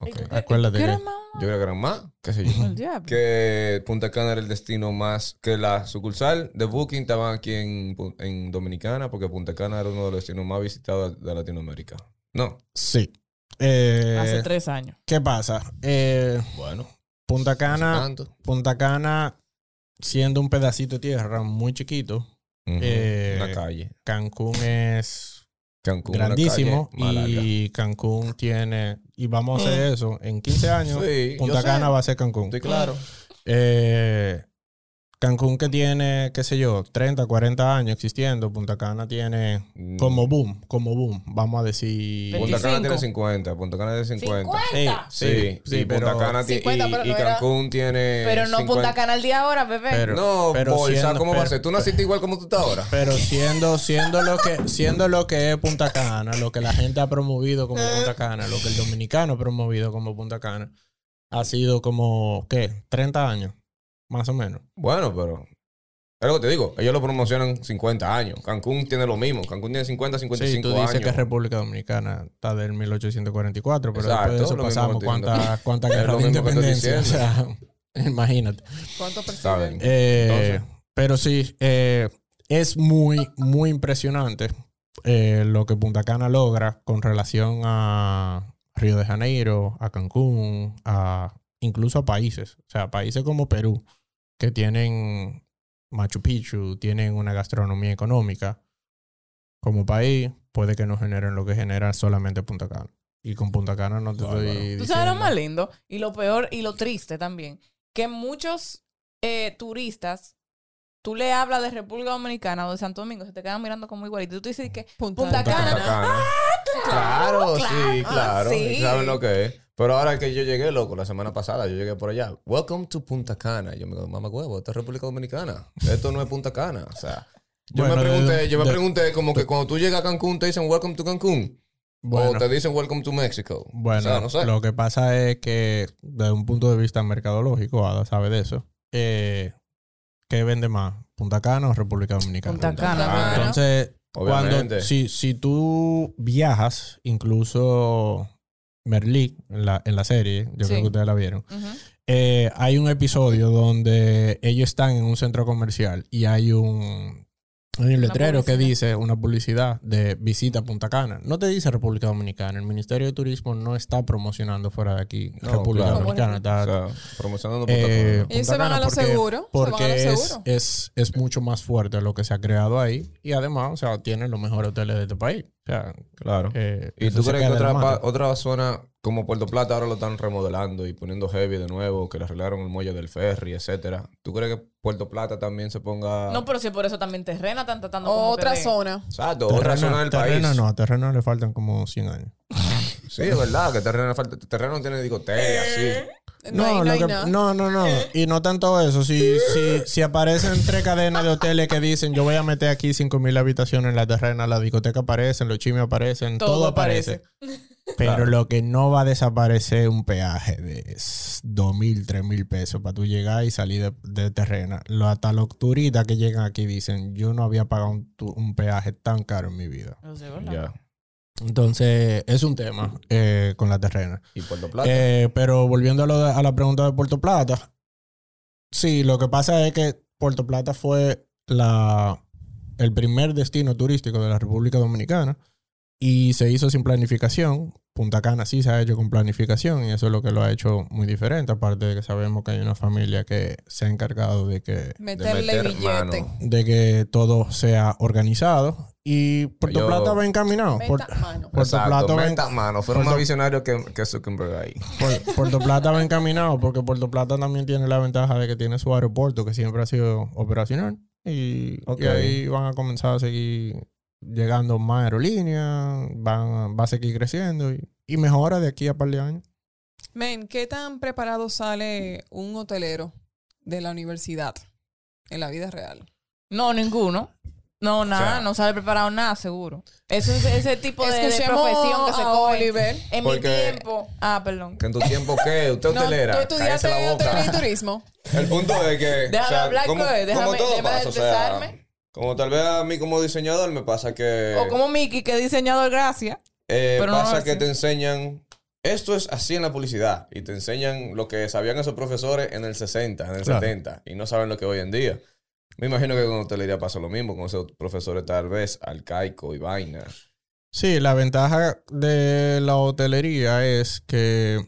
[SPEAKER 1] Ok.
[SPEAKER 5] Acuérdate
[SPEAKER 2] ¿Qué
[SPEAKER 5] que-
[SPEAKER 2] era más?
[SPEAKER 1] Yo creo que eran más, qué sé yo.
[SPEAKER 2] El diablo.
[SPEAKER 1] que Punta Cana era el destino más que la sucursal de Booking estaba aquí en, Pu- en Dominicana porque Punta Cana era uno de los destinos más visitados de Latinoamérica. No.
[SPEAKER 5] Sí. Eh,
[SPEAKER 2] Hace tres años.
[SPEAKER 5] ¿Qué pasa? Eh,
[SPEAKER 1] Bueno.
[SPEAKER 5] Punta
[SPEAKER 1] no sé
[SPEAKER 5] Cana,
[SPEAKER 1] tanto.
[SPEAKER 5] Punta Cana, siendo un pedacito de tierra muy chiquito,
[SPEAKER 1] Ujú.
[SPEAKER 5] eh,
[SPEAKER 1] una calle.
[SPEAKER 5] Cancún es
[SPEAKER 1] Cancún. una
[SPEAKER 5] grandísimo
[SPEAKER 1] calle más larga.
[SPEAKER 5] y Cancún tiene, y vamos a hacer eso, en 15 años,
[SPEAKER 1] Mm. Sí, yo
[SPEAKER 5] Punta
[SPEAKER 1] sé.
[SPEAKER 5] Cana va a ser Cancún.
[SPEAKER 1] Estoy claro.
[SPEAKER 5] Eh, Cancún que tiene, qué sé yo, 30, 40 años existiendo, Punta Cana tiene
[SPEAKER 1] Mm.
[SPEAKER 5] como boom, como boom, vamos a decir...
[SPEAKER 1] Punta Cana
[SPEAKER 2] 25.
[SPEAKER 1] tiene 50. Punta Cana tiene 50.
[SPEAKER 5] Sí,
[SPEAKER 1] Sí, sí,
[SPEAKER 5] sí, pero,
[SPEAKER 1] Punta Cana tiene.
[SPEAKER 3] 50, pero
[SPEAKER 1] y, y
[SPEAKER 3] no era-
[SPEAKER 1] Cancún tiene.
[SPEAKER 2] Pero no
[SPEAKER 1] 50.
[SPEAKER 2] Punta Cana al día ahora, bebé.
[SPEAKER 5] pero-
[SPEAKER 1] No,
[SPEAKER 5] pero
[SPEAKER 1] bolsa,
[SPEAKER 5] siendo-
[SPEAKER 1] ¿cómo va a
[SPEAKER 5] pero-
[SPEAKER 1] ser? ¿Tú naciste igual como tú estás ahora?
[SPEAKER 5] Pero siendo, siendo lo que, siendo lo que es Punta Cana, lo que la gente ha promovido como Punta Cana, lo que el dominicano ha promovido como Punta Cana, ha sido como, ¿qué? 30 años, más o menos.
[SPEAKER 1] Bueno, pero. Es lo que te digo, ellos lo promocionan 50 años. Cancún tiene lo mismo. Cancún tiene 50, 55
[SPEAKER 5] Sí, tú dices
[SPEAKER 1] años.
[SPEAKER 5] que República Dominicana está del 1844, pero
[SPEAKER 1] Exacto,
[SPEAKER 5] después de eso
[SPEAKER 1] lo mismo
[SPEAKER 5] pasamos
[SPEAKER 1] que estoy
[SPEAKER 5] cuánta, cuánta
[SPEAKER 1] Es
[SPEAKER 5] guerra
[SPEAKER 1] lo
[SPEAKER 5] de
[SPEAKER 1] mismo que estoy
[SPEAKER 5] independencia. O sea, imagínate.
[SPEAKER 3] ¿Cuántos
[SPEAKER 1] Está bien.
[SPEAKER 3] presidentes?
[SPEAKER 5] Eh,
[SPEAKER 1] Entonces.
[SPEAKER 5] pero sí, eh, es muy, muy impresionante eh, lo que Punta Cana logra con relación a Río de Janeiro, a Cancún, a incluso a países. O sea, países como Perú, que tienen Machu Picchu, tienen una gastronomía económica. Como país, puede que no generen lo que genera solamente Punta Cana. Y con Punta Cana no te
[SPEAKER 1] Bárbaro.
[SPEAKER 5] estoy
[SPEAKER 2] Tú sabes lo
[SPEAKER 5] diciendo-
[SPEAKER 2] más lindo y lo peor y lo triste también. Que muchos eh, turistas, tú le hablas de República Dominicana o de Santo Domingo, se te quedan mirando como igualito. Y tú dices que Punta Cana.
[SPEAKER 1] Punta Cana. Claro, sí, claro.
[SPEAKER 2] sí.
[SPEAKER 1] ¿Saben lo que es? Pero ahora que yo llegué, loco, la semana pasada, yo llegué por allá. Welcome to Punta Cana. Yo me digo, mamá huevo, esto es República Dominicana. Esto no es Punta Cana. O sea, yo
[SPEAKER 5] Bueno,
[SPEAKER 1] me
[SPEAKER 5] de-
[SPEAKER 1] pregunté, yo me
[SPEAKER 5] de-
[SPEAKER 1] pregunté como que cuando tú llegas a Cancún te dicen Welcome to Cancún.
[SPEAKER 5] Bueno.
[SPEAKER 1] O te dicen Welcome to Mexico.
[SPEAKER 5] Bueno,
[SPEAKER 1] o sea, no sé.
[SPEAKER 5] lo que pasa es que desde un punto de vista mercadológico, Ada sabe de eso. eh, ¿Qué vende más? ¿Punta Cana o República Dominicana?
[SPEAKER 2] Punta Cana.
[SPEAKER 1] Cana.
[SPEAKER 5] Entonces,
[SPEAKER 1] Ah, Obviamente.
[SPEAKER 5] cuando si, si tú viajas, incluso Merlí en la, en la serie, yo
[SPEAKER 2] Sí.
[SPEAKER 5] creo que ustedes la vieron,
[SPEAKER 2] Ujú.
[SPEAKER 5] eh, hay un episodio donde ellos están en un centro comercial y hay un, hay un letrero que
[SPEAKER 2] publicidad.
[SPEAKER 5] dice una publicidad de visita a Punta Cana. No te dice República Dominicana. El Ministerio de Turismo no está promocionando fuera de aquí
[SPEAKER 1] No,
[SPEAKER 5] República
[SPEAKER 1] claro.
[SPEAKER 5] Dominicana. Está,
[SPEAKER 1] O sea, promocionando Punta
[SPEAKER 5] eh,
[SPEAKER 1] Cana.
[SPEAKER 3] Ellos
[SPEAKER 5] Punta
[SPEAKER 3] se van
[SPEAKER 5] Cana
[SPEAKER 3] a lo
[SPEAKER 5] porque-
[SPEAKER 3] seguro. se van a lo
[SPEAKER 5] Porque es,
[SPEAKER 3] seguro.
[SPEAKER 5] es, es mucho más fuerte lo que se ha creado ahí y además, o sea, tienen los mejores hoteles de este país. O sea,
[SPEAKER 1] Claro.
[SPEAKER 5] eh,
[SPEAKER 1] ¿Y
[SPEAKER 5] eso
[SPEAKER 1] tú
[SPEAKER 5] se
[SPEAKER 1] crees
[SPEAKER 5] queda
[SPEAKER 1] que
[SPEAKER 5] de la
[SPEAKER 1] otra,
[SPEAKER 5] mano.
[SPEAKER 1] pa- otra zona como Puerto Plata ahora lo están remodelando y poniendo heavy de nuevo, que le arreglaron el muelle del ferry, etcétera? ¿Tú crees que Puerto Plata también se ponga...
[SPEAKER 2] No, pero si por eso también terrena, están tratando como que
[SPEAKER 3] Otra
[SPEAKER 2] de-
[SPEAKER 3] zona.
[SPEAKER 1] Exacto, otra
[SPEAKER 5] Terreno,
[SPEAKER 1] zona del
[SPEAKER 5] terreno
[SPEAKER 1] país.
[SPEAKER 5] no, a terreno le faltan como 100 años.
[SPEAKER 1] Sí, es verdad, que terreno, le falta- terreno no tiene discoteca,
[SPEAKER 3] Eh.
[SPEAKER 1] sí.
[SPEAKER 3] No, hay, no,
[SPEAKER 5] lo
[SPEAKER 3] hay
[SPEAKER 5] que-
[SPEAKER 3] nada.
[SPEAKER 5] no, no, no. Y no tanto eso. Si, si, si aparecen tres cadenas de hoteles que dicen yo voy a meter aquí 5.000 habitaciones en la terrena, la discoteca aparecen, los chimes aparecen, todo,
[SPEAKER 2] Todo
[SPEAKER 5] aparece.
[SPEAKER 2] aparece.
[SPEAKER 5] Pero
[SPEAKER 1] Claro.
[SPEAKER 5] lo que no va a desaparecer es un peaje de s- 2.000, 3.000 pesos para tú llegar y salir de, de terrena. Lo, hasta los turistas que llegan aquí dicen yo no había pagado un, tu- un peaje tan caro en mi vida.
[SPEAKER 2] No sé, ¿verdad?
[SPEAKER 1] Ya.
[SPEAKER 5] Entonces es un tema eh, con la terrena.
[SPEAKER 1] Y Puerto Plata.
[SPEAKER 5] Eh, pero volviendo a, lo de- a la pregunta de Puerto Plata, sí, lo que pasa es que Puerto Plata fue la, el primer destino turístico de la República Dominicana y se hizo sin planificación. Punta Cana sí se ha hecho con planificación y eso es lo que lo ha hecho muy diferente, aparte de que sabemos que hay una familia que se ha encargado de que,
[SPEAKER 3] Meterle
[SPEAKER 1] meter
[SPEAKER 3] billete.
[SPEAKER 1] mano.
[SPEAKER 5] de que todo sea organizado y Puerto
[SPEAKER 1] Pues Yo-
[SPEAKER 5] Plata va encaminado.
[SPEAKER 3] Meta
[SPEAKER 5] Puer-
[SPEAKER 3] mano.
[SPEAKER 5] Puerto
[SPEAKER 1] Exacto,
[SPEAKER 5] Plata va en-
[SPEAKER 1] meta mano. Fueron
[SPEAKER 5] Puerto-
[SPEAKER 1] más visionarios que, que Zuckerberg ahí.
[SPEAKER 5] Puer- Puerto Plata va encaminado porque Puerto Plata también tiene la ventaja de que tiene su aeropuerto que siempre ha sido operacional y, y
[SPEAKER 1] Ok.
[SPEAKER 5] ahí van a comenzar a seguir llegando más aerolíneas, van, va a seguir creciendo y, y mejora de aquí a par de años.
[SPEAKER 3] Men, ¿qué tan preparado sale un hotelero de la universidad en la vida real?
[SPEAKER 2] No, ninguno. No, nada,
[SPEAKER 1] O sea-
[SPEAKER 2] no sale preparado nada, seguro. Eso es ese tipo Pues de, de
[SPEAKER 3] Escuchemos
[SPEAKER 2] profesión que se
[SPEAKER 3] a
[SPEAKER 2] coge.
[SPEAKER 3] Oliver.
[SPEAKER 2] En mi
[SPEAKER 1] Porque-
[SPEAKER 2] tiempo. Ah, perdón.
[SPEAKER 1] Que en tu tiempo, ¿qué? Usted
[SPEAKER 3] No,
[SPEAKER 1] hotelera.
[SPEAKER 3] tú
[SPEAKER 1] cállese
[SPEAKER 3] estudiaste
[SPEAKER 1] la
[SPEAKER 3] hotelería y
[SPEAKER 1] boca.
[SPEAKER 3] turismo.
[SPEAKER 1] El punto es que...
[SPEAKER 2] Déjame hablar,
[SPEAKER 1] como,
[SPEAKER 2] coe, déjame-
[SPEAKER 1] como todo
[SPEAKER 2] déjame
[SPEAKER 1] pasa, o sea,
[SPEAKER 2] expresarme.
[SPEAKER 1] Como tal vez a mí como diseñador me pasa que...
[SPEAKER 2] O como Mickey, que es diseñador, gracias.
[SPEAKER 1] Eh,
[SPEAKER 2] Pero no
[SPEAKER 1] pasa
[SPEAKER 2] así.
[SPEAKER 1] que te enseñan. Esto es así en la publicidad. Y te enseñan lo que sabían esos profesores en el 60, en el
[SPEAKER 5] Claro.
[SPEAKER 1] 70. Y no saben lo que hoy en día. Me imagino que con hotelería pasa lo mismo. Con esos profesores tal vez arcaico y vaina.
[SPEAKER 5] Sí, la ventaja de la hotelería es que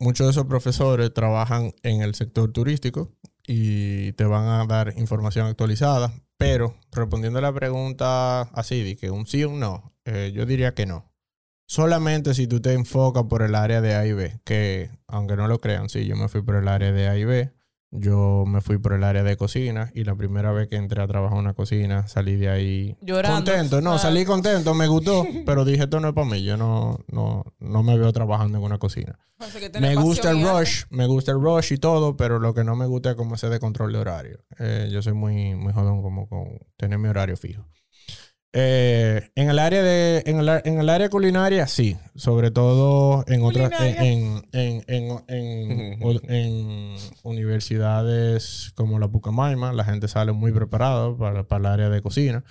[SPEAKER 5] muchos de esos profesores trabajan en el sector turístico y te van a dar información actualizada. Pero respondiendo a la pregunta así, de que un sí o un no, eh, yo diría que no. Solamente si tú te enfocas por el área de A y B, que aunque no lo crean, sí, yo me fui por el área de A y B, yo me fui por el área de cocina y la primera vez que entré a trabajar en una cocina salí de ahí
[SPEAKER 2] Llorando.
[SPEAKER 5] contento. No,
[SPEAKER 2] Ah.
[SPEAKER 5] salí contento, me gustó, pero dije esto no es para mí, yo no, no, no me veo trabajando en una cocina. Me gusta el rush, me gusta el rush y todo, pero lo que no me gusta es cómo se de control de horario. Eh, yo soy muy, muy jodón como con tener mi horario fijo. Eh, en el área de en el, a- en el área culinaria sí sobre todo en otras en, en, en- en- en- en universidades como la Pucamaima la gente sale muy preparada para, para el área de cocina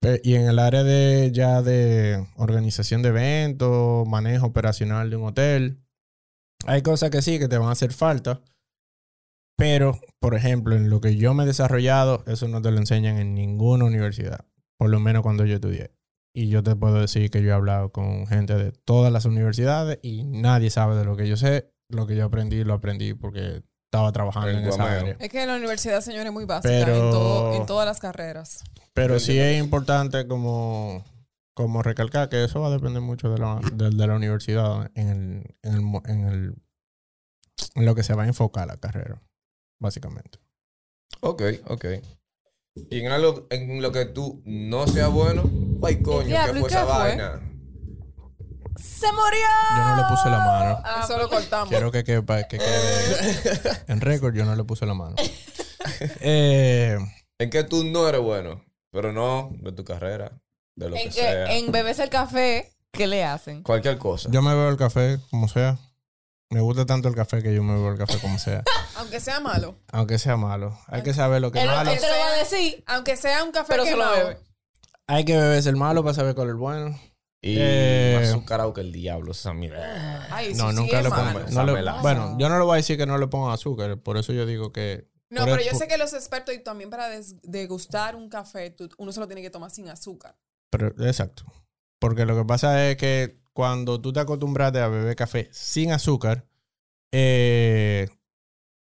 [SPEAKER 5] Pe- y en el área de ya de organización de eventos manejo operacional de un hotel hay cosas que sí que te van a hacer falta pero por ejemplo en lo que yo me he desarrollado eso no te lo enseñan en ninguna universidad por lo menos cuando yo estudié. Y yo te puedo decir que yo he hablado con gente de todas las universidades y nadie sabe de lo que yo sé. Lo que yo aprendí, lo aprendí porque estaba trabajando
[SPEAKER 1] El
[SPEAKER 5] en esa
[SPEAKER 1] guameo.
[SPEAKER 5] área.
[SPEAKER 3] Es que la universidad, señores, es muy básica
[SPEAKER 5] Pero-
[SPEAKER 3] en, todo- en todas las carreras.
[SPEAKER 5] Pero sí es importante como, como recalcar que eso va a depender mucho de la, de, de la universidad en, el, en, el mo- en el- en lo que se va a enfocar la carrera, básicamente.
[SPEAKER 1] Ok, ok. Y en algo en lo que tú no seas bueno, ay coño, ¿qué
[SPEAKER 2] diablo,
[SPEAKER 1] fue
[SPEAKER 2] ¿y
[SPEAKER 1] esa
[SPEAKER 2] qué fue?
[SPEAKER 1] vaina?
[SPEAKER 2] ¡Se murió!
[SPEAKER 5] Yo no le puse la mano.
[SPEAKER 2] Ah,
[SPEAKER 3] Eso lo cortamos.
[SPEAKER 5] Quiero que, quepa- que quede en récord, yo no le puse la mano. Eh,
[SPEAKER 1] En que tú no eres bueno, pero no de tu carrera, de lo que
[SPEAKER 2] en,
[SPEAKER 1] sea.
[SPEAKER 2] que, en bebés el café, ¿qué le hacen?
[SPEAKER 1] Cualquier cosa.
[SPEAKER 5] Yo me bebo el café como sea. Me gusta tanto el café que yo me bebo el café como sea.
[SPEAKER 3] Aunque sea malo.
[SPEAKER 5] Aunque sea malo. Hay que saber lo que es
[SPEAKER 2] Él,
[SPEAKER 5] malo.
[SPEAKER 2] él te lo va a decir.
[SPEAKER 3] Aunque sea un café
[SPEAKER 2] Pero se lo
[SPEAKER 3] quemado.
[SPEAKER 2] bebe.
[SPEAKER 5] Hay que beberse el malo para saber cuál es el bueno.
[SPEAKER 1] Y
[SPEAKER 5] Eh.
[SPEAKER 1] más azucarado que el diablo, esa mierda.
[SPEAKER 3] Ay, eso
[SPEAKER 5] No,
[SPEAKER 3] sí
[SPEAKER 5] nunca
[SPEAKER 3] es
[SPEAKER 5] le
[SPEAKER 3] malo.
[SPEAKER 5] pongo. no le-
[SPEAKER 1] Sámela.
[SPEAKER 5] bueno, yo no le voy a decir que no le ponga azúcar. Por eso yo digo que.
[SPEAKER 3] No,
[SPEAKER 5] por
[SPEAKER 3] pero
[SPEAKER 5] el-
[SPEAKER 3] yo sé que los expertos y también para des- degustar un café, tú- uno se lo tiene que tomar sin azúcar.
[SPEAKER 5] pero- exacto. Porque lo que pasa es que cuando tú te acostumbraste a beber café sin azúcar, eh,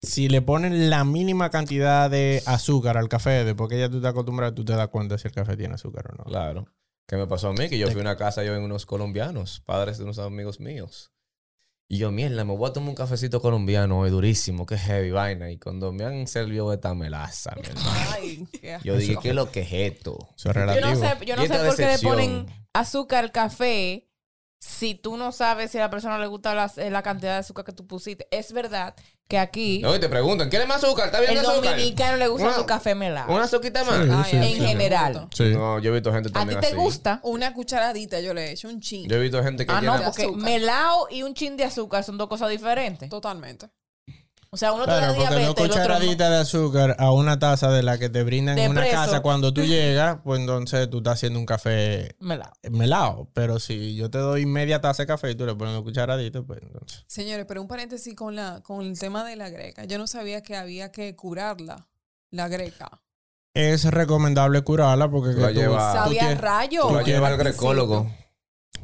[SPEAKER 5] si le ponen la mínima cantidad de azúcar al café, después que ya tú te acostumbras, tú te das cuenta si el café tiene azúcar o no.
[SPEAKER 1] Claro. ¿Qué me pasó a mí? Que yo fui a una casa yo en unos colombianos, padres de unos amigos míos. Y yo, mierda, me voy a tomar un cafecito colombiano hoy, durísimo, qué heavy vaina. Y cuando me han servido esta melaza, mi hermano,
[SPEAKER 3] Ay, qué
[SPEAKER 1] yo dije, ¿qué es lo que es esto?
[SPEAKER 5] Eso es
[SPEAKER 2] Yo
[SPEAKER 5] relativo.
[SPEAKER 2] no sé, yo no
[SPEAKER 1] Y
[SPEAKER 2] sé
[SPEAKER 1] esta
[SPEAKER 2] por qué le
[SPEAKER 1] decepción.
[SPEAKER 2] ponen azúcar al café si tú no sabes si a la persona le gusta la, eh, la cantidad de azúcar que tú pusiste. Es verdad que aquí
[SPEAKER 1] No, y te preguntan, ¿quieres más azúcar? ¿Está bien
[SPEAKER 2] el
[SPEAKER 1] el azúcar?
[SPEAKER 2] dominicano le gusta
[SPEAKER 1] Una-
[SPEAKER 2] su café melado.
[SPEAKER 1] ¿Una azuquita más?
[SPEAKER 5] Sí,
[SPEAKER 3] Ay,
[SPEAKER 5] sí,
[SPEAKER 3] a mí
[SPEAKER 5] sí.
[SPEAKER 3] me
[SPEAKER 2] general.
[SPEAKER 3] gusta.
[SPEAKER 5] Sí.
[SPEAKER 1] No, yo he visto gente
[SPEAKER 2] ¿A ti
[SPEAKER 1] también
[SPEAKER 2] te
[SPEAKER 1] así.
[SPEAKER 2] gusta?
[SPEAKER 3] Una cucharadita yo le he hecho, un chin.
[SPEAKER 1] Yo he visto gente que
[SPEAKER 2] Ah, no,
[SPEAKER 1] llena-
[SPEAKER 3] de
[SPEAKER 2] porque
[SPEAKER 3] azúcar.
[SPEAKER 2] melao y un chin de azúcar son dos cosas diferentes.
[SPEAKER 3] Totalmente.
[SPEAKER 2] O sea, uno te da
[SPEAKER 5] Claro, porque dos
[SPEAKER 2] diabetes, el otro no.
[SPEAKER 5] cucharaditas de azúcar a una taza de la que te brindan
[SPEAKER 2] De
[SPEAKER 5] en una
[SPEAKER 2] preso.
[SPEAKER 5] casa cuando tú llegas, pues entonces tú estás haciendo un café
[SPEAKER 2] Melao.
[SPEAKER 5] melado. Pero si yo te doy media taza de café y tú le pones dos cucharaditas, pues entonces.
[SPEAKER 3] Señores, pero un paréntesis con, la, con el tema de la greca. Yo no sabía que había que curarla, la greca.
[SPEAKER 5] Es recomendable curarla porque
[SPEAKER 1] Tú la
[SPEAKER 5] que tú,
[SPEAKER 1] llevas- Ah,
[SPEAKER 5] tú
[SPEAKER 3] Sabía
[SPEAKER 5] tienes,
[SPEAKER 3] rayo.
[SPEAKER 5] tú
[SPEAKER 1] Tú la
[SPEAKER 5] Al
[SPEAKER 1] llevas al grecólogo.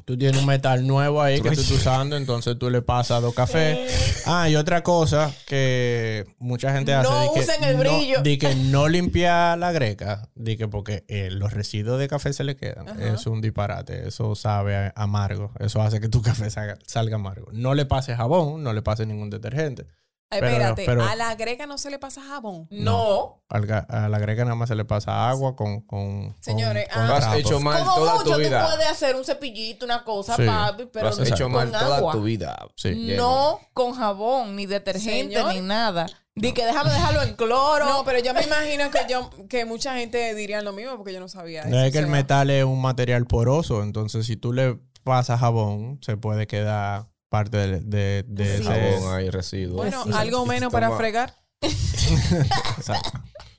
[SPEAKER 5] tú tienes un metal nuevo ahí
[SPEAKER 1] Tú
[SPEAKER 5] que
[SPEAKER 1] la
[SPEAKER 5] tú estás
[SPEAKER 1] llevas.
[SPEAKER 5] usando, entonces tú le pasas dos cafés. Ah, y otra cosa que mucha gente hace.
[SPEAKER 2] No
[SPEAKER 5] di que
[SPEAKER 2] usen el
[SPEAKER 5] no-
[SPEAKER 2] brillo.
[SPEAKER 5] di que no limpiar la greca, di que porque eh, los residuos de café se le quedan.
[SPEAKER 3] Ajá.
[SPEAKER 5] Es un disparate, eso sabe a- amargo, eso hace que tu café salga, salga amargo. No le pases jabón, no le pases ningún detergente.
[SPEAKER 3] Ay,
[SPEAKER 5] Pero-
[SPEAKER 3] espérate,
[SPEAKER 5] pero-
[SPEAKER 3] a la greca no se le pasa jabón.
[SPEAKER 2] No.
[SPEAKER 5] Al ga- a la greca nada más se le pasa agua con... con con-
[SPEAKER 3] Señores,
[SPEAKER 5] con
[SPEAKER 3] ah.
[SPEAKER 1] Lo has
[SPEAKER 5] trapo.
[SPEAKER 1] hecho mal
[SPEAKER 2] Como
[SPEAKER 1] toda tu
[SPEAKER 2] mucho tú puedes
[SPEAKER 1] vida.
[SPEAKER 2] hacer un cepillito, una cosa,
[SPEAKER 5] Sí,
[SPEAKER 2] papi, pero
[SPEAKER 1] Lo has
[SPEAKER 2] no
[SPEAKER 1] hecho
[SPEAKER 2] con
[SPEAKER 1] mal toda
[SPEAKER 2] agua.
[SPEAKER 1] tu vida.
[SPEAKER 5] Sí.
[SPEAKER 2] No con jabón, ni detergente,
[SPEAKER 3] Señor.
[SPEAKER 2] ni nada. Di que déjame dejarlo en cloro.
[SPEAKER 3] No, pero yo me imagino que yo que mucha gente diría lo mismo porque yo no sabía eso.
[SPEAKER 5] Es que
[SPEAKER 3] o
[SPEAKER 5] el
[SPEAKER 3] sea,
[SPEAKER 5] metal es un material poroso, entonces si tú le pasas jabón, se puede quedar parte de, de- de
[SPEAKER 1] Lleno
[SPEAKER 5] ese-
[SPEAKER 1] de Jabón ahí, residuos.
[SPEAKER 3] Bueno,
[SPEAKER 1] Sí.
[SPEAKER 3] algo menos para
[SPEAKER 1] Toma.
[SPEAKER 3] fregar.
[SPEAKER 5] Exacto.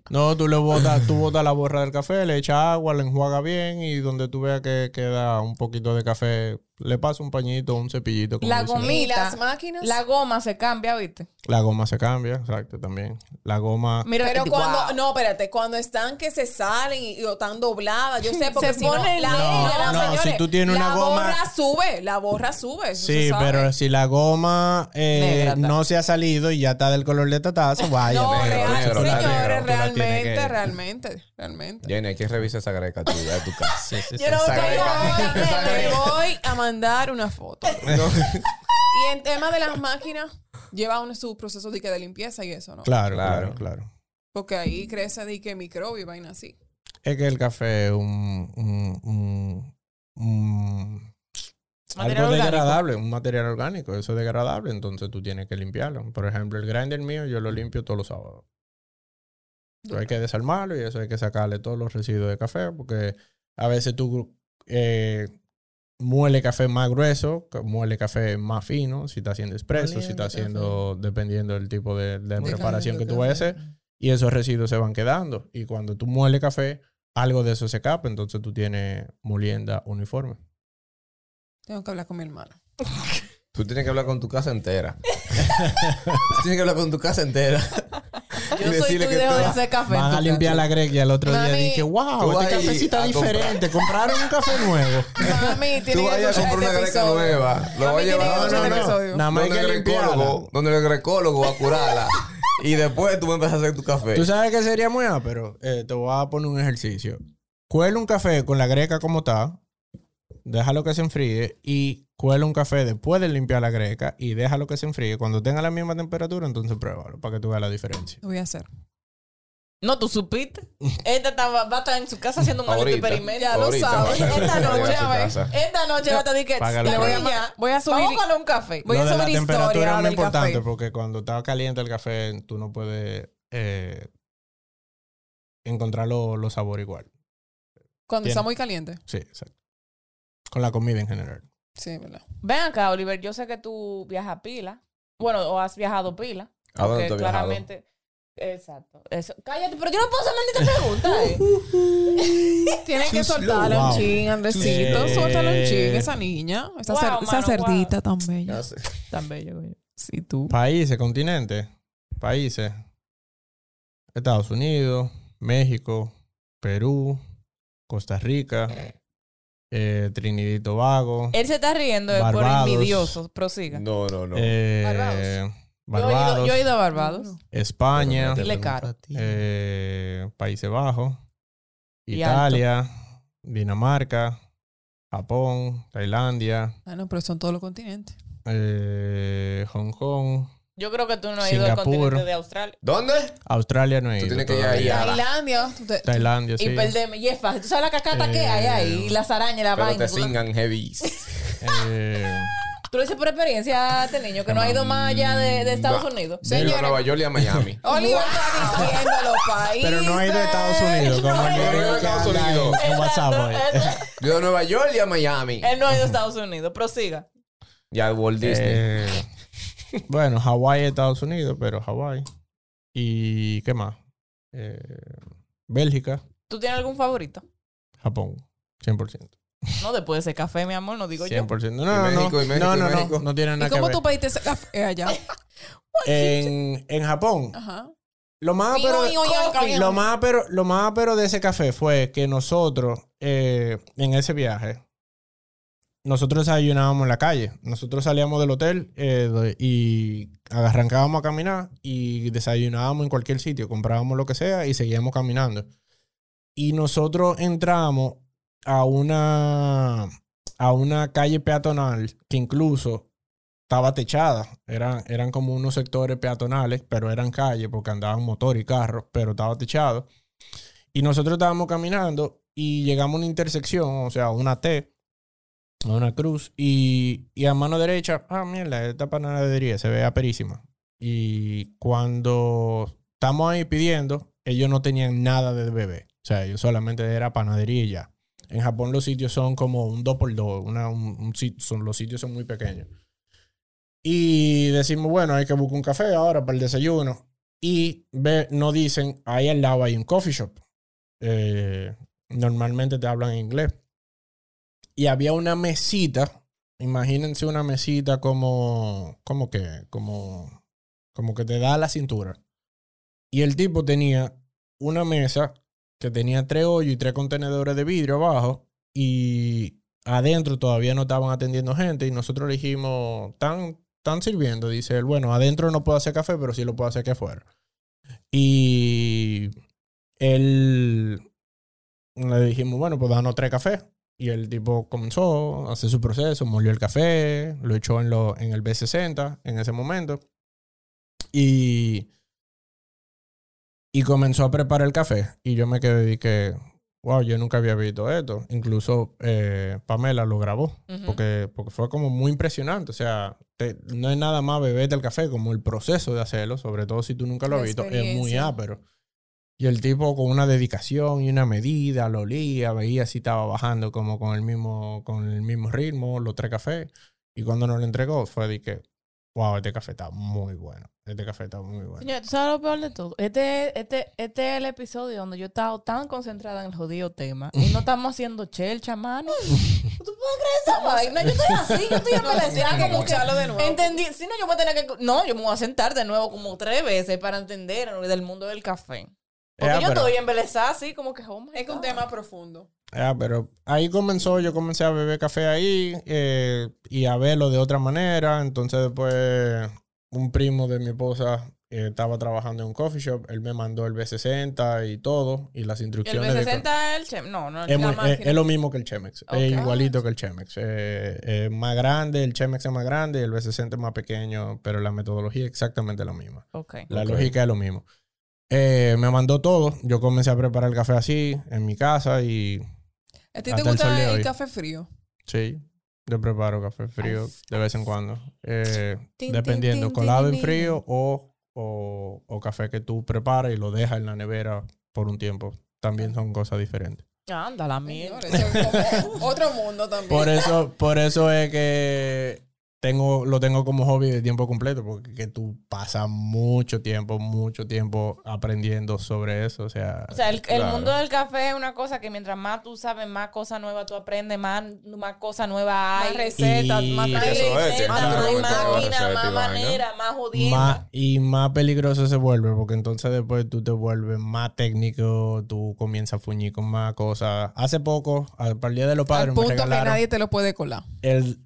[SPEAKER 5] No, tú le botas, tú botas la borra del café, le echas agua, le enjuaga bien y donde tú veas que queda un poquito de café le paso un pañito, un cepillito. como
[SPEAKER 2] La
[SPEAKER 5] dicen.
[SPEAKER 2] gomi-
[SPEAKER 3] Y
[SPEAKER 2] Mira,
[SPEAKER 3] las máquinas.
[SPEAKER 2] La goma se cambia, ¿viste?
[SPEAKER 5] La goma se cambia, exacto, también. La goma...
[SPEAKER 2] Mira,
[SPEAKER 3] Pero
[SPEAKER 2] wow.
[SPEAKER 3] cuando, no, espérate, cuando están que se salen y, y o están dobladas, yo sé porque
[SPEAKER 2] Se
[SPEAKER 3] si no,
[SPEAKER 2] pone
[SPEAKER 3] la,
[SPEAKER 2] negra.
[SPEAKER 5] No, no,
[SPEAKER 3] señores,
[SPEAKER 5] si tú tienes una
[SPEAKER 3] la
[SPEAKER 5] goma-
[SPEAKER 3] borra sube, la borra sube. eso
[SPEAKER 5] Sí,
[SPEAKER 3] se sabe.
[SPEAKER 5] pero si la goma eh,
[SPEAKER 2] Negra, ta.
[SPEAKER 5] no se ha salido y ya está del color de tatazo, vaya.
[SPEAKER 3] No,
[SPEAKER 5] negro.
[SPEAKER 3] real,
[SPEAKER 1] negro, la
[SPEAKER 3] señores,
[SPEAKER 1] negro, tú la tienes
[SPEAKER 3] realmente,
[SPEAKER 1] que-
[SPEAKER 3] realmente, realmente.
[SPEAKER 1] Jenny, hay que revisar esa greca tuya a tu casa.
[SPEAKER 5] Sí, sí, sí.
[SPEAKER 3] Yo no
[SPEAKER 1] Esa
[SPEAKER 3] te
[SPEAKER 1] greca.
[SPEAKER 3] voy
[SPEAKER 1] Esa
[SPEAKER 3] a- te
[SPEAKER 1] greca.
[SPEAKER 3] voy a mandar una foto.
[SPEAKER 1] No.
[SPEAKER 3] Y en tema de las máquinas, lleva un, su proceso de, que de limpieza y eso, ¿no?
[SPEAKER 5] Claro, claro,
[SPEAKER 1] Claro.
[SPEAKER 5] claro.
[SPEAKER 3] Porque ahí crece de que microbio y vaina así.
[SPEAKER 5] Es que el café es un... un, un- un-
[SPEAKER 2] Material
[SPEAKER 5] algo
[SPEAKER 2] orgánico.
[SPEAKER 5] degradable, un material orgánico, eso es degradable, entonces tú tienes que limpiarlo. Por ejemplo, el grinder mío yo lo limpio todos los sábados. Eso hay que desarmarlo y eso hay que sacarle todos los residuos de café, porque a veces tú eh, muele café más grueso, que muele café más fino, si está haciendo expreso, si
[SPEAKER 3] Moliendo
[SPEAKER 5] está
[SPEAKER 3] café.
[SPEAKER 5] haciendo, dependiendo del tipo de, de
[SPEAKER 3] Moliendo
[SPEAKER 5] preparación que tú vayas a hacer,
[SPEAKER 3] café.
[SPEAKER 5] y esos residuos se van quedando. Y cuando tú mueles café, algo de eso se escapa, entonces tú tienes molienda uniforme.
[SPEAKER 3] Tengo que hablar con mi hermano.
[SPEAKER 1] Tú tienes que hablar con tu casa entera. Tú tienes que hablar con tu casa entera.
[SPEAKER 2] Yo
[SPEAKER 1] y
[SPEAKER 2] soy
[SPEAKER 1] decirle
[SPEAKER 2] tu
[SPEAKER 1] que
[SPEAKER 2] dejo de
[SPEAKER 1] todo-
[SPEAKER 2] hacer café. en
[SPEAKER 5] Van
[SPEAKER 2] tu
[SPEAKER 5] a limpiar
[SPEAKER 2] casa.
[SPEAKER 5] la greca y al otro día
[SPEAKER 3] Mami,
[SPEAKER 5] dije,
[SPEAKER 1] tú
[SPEAKER 5] wow,
[SPEAKER 1] vas
[SPEAKER 5] este
[SPEAKER 1] ahí
[SPEAKER 5] cafecito
[SPEAKER 1] a
[SPEAKER 5] diferente, compraron un café nuevo.
[SPEAKER 3] Mami, tiene
[SPEAKER 1] Tú
[SPEAKER 3] que
[SPEAKER 1] vayas a
[SPEAKER 3] escuchar
[SPEAKER 1] comprar una
[SPEAKER 3] este
[SPEAKER 1] greca
[SPEAKER 3] episodio.
[SPEAKER 1] nueva. Lo vas a
[SPEAKER 3] Mami, tiene
[SPEAKER 1] llevar
[SPEAKER 3] que
[SPEAKER 1] a
[SPEAKER 3] escuchar
[SPEAKER 1] donde-
[SPEAKER 3] este episodio.
[SPEAKER 5] Nada más hay
[SPEAKER 1] donde
[SPEAKER 5] que
[SPEAKER 1] el
[SPEAKER 5] limpiarla.
[SPEAKER 1] grecólogo, donde el grecólogo va a curarla. Y después tú me empiezas a hacer tu café.
[SPEAKER 5] Tú sabes que sería muy pero eh, te voy a poner un ejercicio. Cuela un café con la greca como está, déjalo que se enfríe y cuela un café después de limpiar la greca y déjalo que se enfríe. Cuando tenga la misma temperatura, entonces pruébalo para que tú veas la diferencia.
[SPEAKER 3] Lo voy a hacer.
[SPEAKER 2] No, tú supiste. Esta está- va a estar en su casa haciendo un maldito
[SPEAKER 1] Ahorita.
[SPEAKER 2] experimento.
[SPEAKER 3] Ya lo
[SPEAKER 1] Ahorita, va
[SPEAKER 3] sabes.
[SPEAKER 1] a
[SPEAKER 3] Esta
[SPEAKER 1] llegar a
[SPEAKER 3] noche,
[SPEAKER 1] su
[SPEAKER 3] a ver.
[SPEAKER 1] casa.
[SPEAKER 2] Esta noche va a tener que.
[SPEAKER 5] Págalo,
[SPEAKER 2] la
[SPEAKER 5] págalo.
[SPEAKER 2] voy a-
[SPEAKER 3] Voy a subir.
[SPEAKER 2] Vamos a colar un café.
[SPEAKER 3] Voy
[SPEAKER 5] Lo
[SPEAKER 3] a
[SPEAKER 5] de la
[SPEAKER 3] subir historia
[SPEAKER 5] temperatura es
[SPEAKER 3] ahora
[SPEAKER 5] muy
[SPEAKER 3] del
[SPEAKER 5] importante pues.
[SPEAKER 3] café.
[SPEAKER 5] porque cuando está caliente el café, tú no puedes eh, encontrar lo- los sabores igual.
[SPEAKER 3] Cuando
[SPEAKER 5] Tiene.
[SPEAKER 3] está muy caliente.
[SPEAKER 5] Sí, exacto. Con la comida en general.
[SPEAKER 3] Sí, verdad.
[SPEAKER 2] Ven acá, Oliver. Yo sé que tú viajas pila. Bueno, o has viajado pila.
[SPEAKER 1] ¿A dónde
[SPEAKER 2] porque
[SPEAKER 1] tú has viajado?
[SPEAKER 2] Exacto. Eso. Cállate, pero yo no puedo hacer maldita pregunta. eh.
[SPEAKER 3] Tiene que
[SPEAKER 5] Too slow.
[SPEAKER 3] soltarla un
[SPEAKER 5] Wow.
[SPEAKER 3] chin, Andresito.
[SPEAKER 5] Eh.
[SPEAKER 3] Suéltala un chin, esa niña. Esa,
[SPEAKER 2] Wow,
[SPEAKER 3] cer-
[SPEAKER 2] mano,
[SPEAKER 3] esa cerdita tan
[SPEAKER 1] Ya
[SPEAKER 3] bella.
[SPEAKER 1] sé.
[SPEAKER 2] Tan bello, güey.
[SPEAKER 3] Sí, tú.
[SPEAKER 5] Países, continentes. Países. Estados Unidos, México, Perú, Costa Rica, eh, Trinidad y Tobago,
[SPEAKER 2] Él se está riendo eh,
[SPEAKER 5] Barbados.
[SPEAKER 2] por envidioso. Prosiga.
[SPEAKER 1] No, no, no.
[SPEAKER 5] eh,
[SPEAKER 3] Barbados.
[SPEAKER 2] Yo, he ido,
[SPEAKER 5] Barbados,
[SPEAKER 2] yo he ido a Barbados.
[SPEAKER 5] España,
[SPEAKER 1] Pero no
[SPEAKER 2] Dile
[SPEAKER 1] te
[SPEAKER 2] caro.
[SPEAKER 1] pregunto a ti.
[SPEAKER 5] eh, Países Bajos,
[SPEAKER 2] Y
[SPEAKER 5] Italia, Dinamarca, Japón, Tailandia,
[SPEAKER 3] Ah, no, pero son todos los continentes.
[SPEAKER 5] eh, Hong Kong,
[SPEAKER 2] Yo creo que tú no has ido al
[SPEAKER 5] Singapur.
[SPEAKER 2] continente de Australia.
[SPEAKER 1] ¿Dónde?
[SPEAKER 5] Australia no he
[SPEAKER 1] Tú
[SPEAKER 5] ido
[SPEAKER 1] tienes que ir
[SPEAKER 5] todavía.
[SPEAKER 1] ahí a-
[SPEAKER 3] Tailandia. tú te-
[SPEAKER 5] Tailandia, sí.
[SPEAKER 2] Y perdeme. Y es fácil. ¿Tú sabes la cacata que hay
[SPEAKER 5] Eh,
[SPEAKER 2] ahí? Y las arañas, la
[SPEAKER 1] Pero
[SPEAKER 2] vaina.
[SPEAKER 1] te
[SPEAKER 2] Tú-
[SPEAKER 1] singan heavy.
[SPEAKER 5] Eh,
[SPEAKER 2] Tú lo dices por experiencia, este niño, que no ha ido más allá de, de Estados
[SPEAKER 1] Va.
[SPEAKER 2] Unidos.
[SPEAKER 1] Viva a Nueva York y a Miami.
[SPEAKER 3] Oliver está diciendo los países.
[SPEAKER 5] Pero no he ido a Estados Unidos, como
[SPEAKER 2] No
[SPEAKER 5] el
[SPEAKER 2] he ido.
[SPEAKER 1] negro
[SPEAKER 5] negro
[SPEAKER 1] a
[SPEAKER 5] que
[SPEAKER 1] Estados
[SPEAKER 5] anda en-
[SPEAKER 1] Unidos.
[SPEAKER 5] en WhatsApp. pues.
[SPEAKER 2] Exacto,
[SPEAKER 5] hoy.
[SPEAKER 2] exacto.
[SPEAKER 1] Yo a Nueva York y a Miami.
[SPEAKER 2] Él no ha ido a Estados Unidos. Prosiga.
[SPEAKER 1] Y a Walt Disney.
[SPEAKER 5] Eh, bueno, Hawái, Estados Unidos, pero Hawái. ¿Y qué más? Eh, Bélgica,
[SPEAKER 2] ¿Tú tienes algún favorito?
[SPEAKER 5] Japón, 100%.
[SPEAKER 2] No, después de ese café, mi amor, no digo yo.
[SPEAKER 5] 100%. No,
[SPEAKER 1] Y
[SPEAKER 5] no, no.
[SPEAKER 1] México, y México,
[SPEAKER 5] no,
[SPEAKER 1] y
[SPEAKER 5] no, no,
[SPEAKER 1] México.
[SPEAKER 5] no tiene nada
[SPEAKER 3] ¿Y
[SPEAKER 5] que
[SPEAKER 3] cómo
[SPEAKER 5] ver.
[SPEAKER 3] tú pediste ese café Eh, allá?
[SPEAKER 5] En, en Japón,
[SPEAKER 3] Ajá.
[SPEAKER 5] lo más
[SPEAKER 3] Oye,
[SPEAKER 5] pero...
[SPEAKER 3] oye, oye, oye.
[SPEAKER 5] Lo más, pero, lo más pero de ese café fue que nosotros, eh, en ese viaje, nosotros desayunábamos en la calle. Nosotros salíamos del hotel eh, de- y arrancábamos a caminar y desayunábamos en cualquier sitio, comprábamos lo que sea y seguíamos caminando. Y nosotros entramos a una, a una calle peatonal que incluso estaba techada. Eran, eran como unos sectores peatonales, pero eran calles porque andaban motor y carros, pero estaba techado. Y nosotros estábamos caminando y llegamos a una intersección, o sea, una T, a una cruz, y, y a mano derecha, ah, mierda, esta panadería se ve aperísima. Y cuando estamos ahí pidiendo, ellos no tenían nada de bebé. O sea, ellos solamente era panadería y ya. En Japón los sitios son como un 2x2, una, un- un sit- son, los sitios son muy pequeños. Y decimos, bueno, hay que buscar un café ahora para el desayuno. Y ve, no dicen, ahí al lado hay un coffee shop. Eh, normalmente te hablan en inglés. Y había una mesita imagínense una mesita como, como que, como, como que te da la cintura. Y el tipo tenía una mesa que tenía tres hoyos y tres contenedores de vidrio abajo y adentro todavía no estaban atendiendo gente y nosotros le dijimos, están, están sirviendo. Dice él, bueno, adentro no puedo hacer café, pero sí lo puedo hacer aquí afuera. Y él le dijimos, bueno, pues danos tres cafés. Y el tipo comenzó a hacer su proceso, molió el café, lo echó en, lo, en el B60 en ese momento. Y, y comenzó a preparar el café. Y yo me quedé y que, wow, yo nunca había visto esto. Incluso eh, Pamela lo grabó,
[SPEAKER 2] Ujú.
[SPEAKER 5] porque, porque fue como muy impresionante. O sea, te- no es nada más beberte el café, como el proceso de hacerlo, sobre todo si tú nunca lo
[SPEAKER 2] La
[SPEAKER 5] has visto, es muy
[SPEAKER 2] experiencia.
[SPEAKER 5] ápero. Y el tipo con una dedicación y una medida, lo olía, veía si estaba bajando como con el mismo, con el mismo ritmo, los tres cafés. Y cuando nos lo entregó fue de que, wow, este café está muy bueno. Este café está muy bueno.
[SPEAKER 2] Señor, ¿tú sabes lo peor de todo? Este, este, este es el episodio donde yo he estado tan concentrada en el jodido tema y no estamos haciendo chelcha, mano. ¿Tú puedes creer esa vaina? Yo estoy así, yo estoy apeleciada como que...
[SPEAKER 3] escucharlo de nuevo.
[SPEAKER 2] Entendí. Si no, yo voy a tener que... No, yo me voy a sentar de nuevo como tres veces para entender lo del mundo del café. Porque
[SPEAKER 5] Ya,
[SPEAKER 2] yo
[SPEAKER 5] pero-
[SPEAKER 2] estoy embelesada así, como que... oh my
[SPEAKER 3] Eh, ah, Es que un
[SPEAKER 2] God.
[SPEAKER 3] tema profundo.
[SPEAKER 5] Ah, pero ahí comenzó, yo comencé a beber café ahí eh, y a verlo de otra manera. Entonces después un primo de mi esposa eh, estaba trabajando en un coffee shop, él me mandó el B60 y todo y las
[SPEAKER 2] El
[SPEAKER 5] instrucciones. de co-
[SPEAKER 2] B60 es el chem. No, no,
[SPEAKER 5] es,
[SPEAKER 2] la
[SPEAKER 5] muy- es-
[SPEAKER 2] máquina.
[SPEAKER 5] es lo mismo que el Chemex, es
[SPEAKER 2] Ok.
[SPEAKER 5] igualito que el Chemex. Eh, es más grande, el Chemex es más grande, el B60 es más pequeño, pero la metodología es exactamente la misma.
[SPEAKER 2] Ok.
[SPEAKER 5] La
[SPEAKER 1] Ok.
[SPEAKER 5] lógica es lo mismo. Eh, me mandó todo. Yo comencé a preparar el café así, en mi casa, y
[SPEAKER 3] ¿A ti te
[SPEAKER 5] Hasta el sol de
[SPEAKER 3] gusta el,
[SPEAKER 5] hoy.
[SPEAKER 3] café frío?
[SPEAKER 5] sí, yo preparo café frío
[SPEAKER 2] Ice,
[SPEAKER 5] de vez en cuando. Eh,
[SPEAKER 2] Tin, tin,
[SPEAKER 5] dependiendo,
[SPEAKER 2] tin,
[SPEAKER 5] colado
[SPEAKER 2] tin,
[SPEAKER 5] en
[SPEAKER 2] tin.
[SPEAKER 5] frío o, o, o café que tú preparas y lo dejas en la nevera por un tiempo. También son cosas diferentes.
[SPEAKER 2] Anda, la mierda.
[SPEAKER 3] Señor, eso es como otro mundo también.
[SPEAKER 5] Por eso, por eso es que tengo, lo tengo como hobby de tiempo completo, porque que tú pasas mucho tiempo, mucho tiempo aprendiendo sobre eso. O sea,
[SPEAKER 2] O sea, el, el
[SPEAKER 5] claro.
[SPEAKER 2] mundo del café es una cosa que mientras más tú sabes, más cosas nuevas tú aprendes, más, más cosas nuevas hay.
[SPEAKER 3] Más recetas,
[SPEAKER 5] Y-
[SPEAKER 3] más
[SPEAKER 5] Eso
[SPEAKER 2] Más
[SPEAKER 1] es,
[SPEAKER 2] recetas,
[SPEAKER 1] tiene
[SPEAKER 2] más
[SPEAKER 1] claro,
[SPEAKER 2] máquinas,
[SPEAKER 1] claro,
[SPEAKER 2] más
[SPEAKER 1] recetas y vaina.
[SPEAKER 2] manera, más jodiendo.
[SPEAKER 5] más, y más peligroso se vuelve, porque entonces después tú te vuelves más técnico, tú comienzas a fuñir con más cosas. Hace poco, al para el Día de los
[SPEAKER 3] Al
[SPEAKER 5] Padres, me
[SPEAKER 3] punto que
[SPEAKER 5] regalaron
[SPEAKER 3] nadie te lo puede colar.
[SPEAKER 5] el,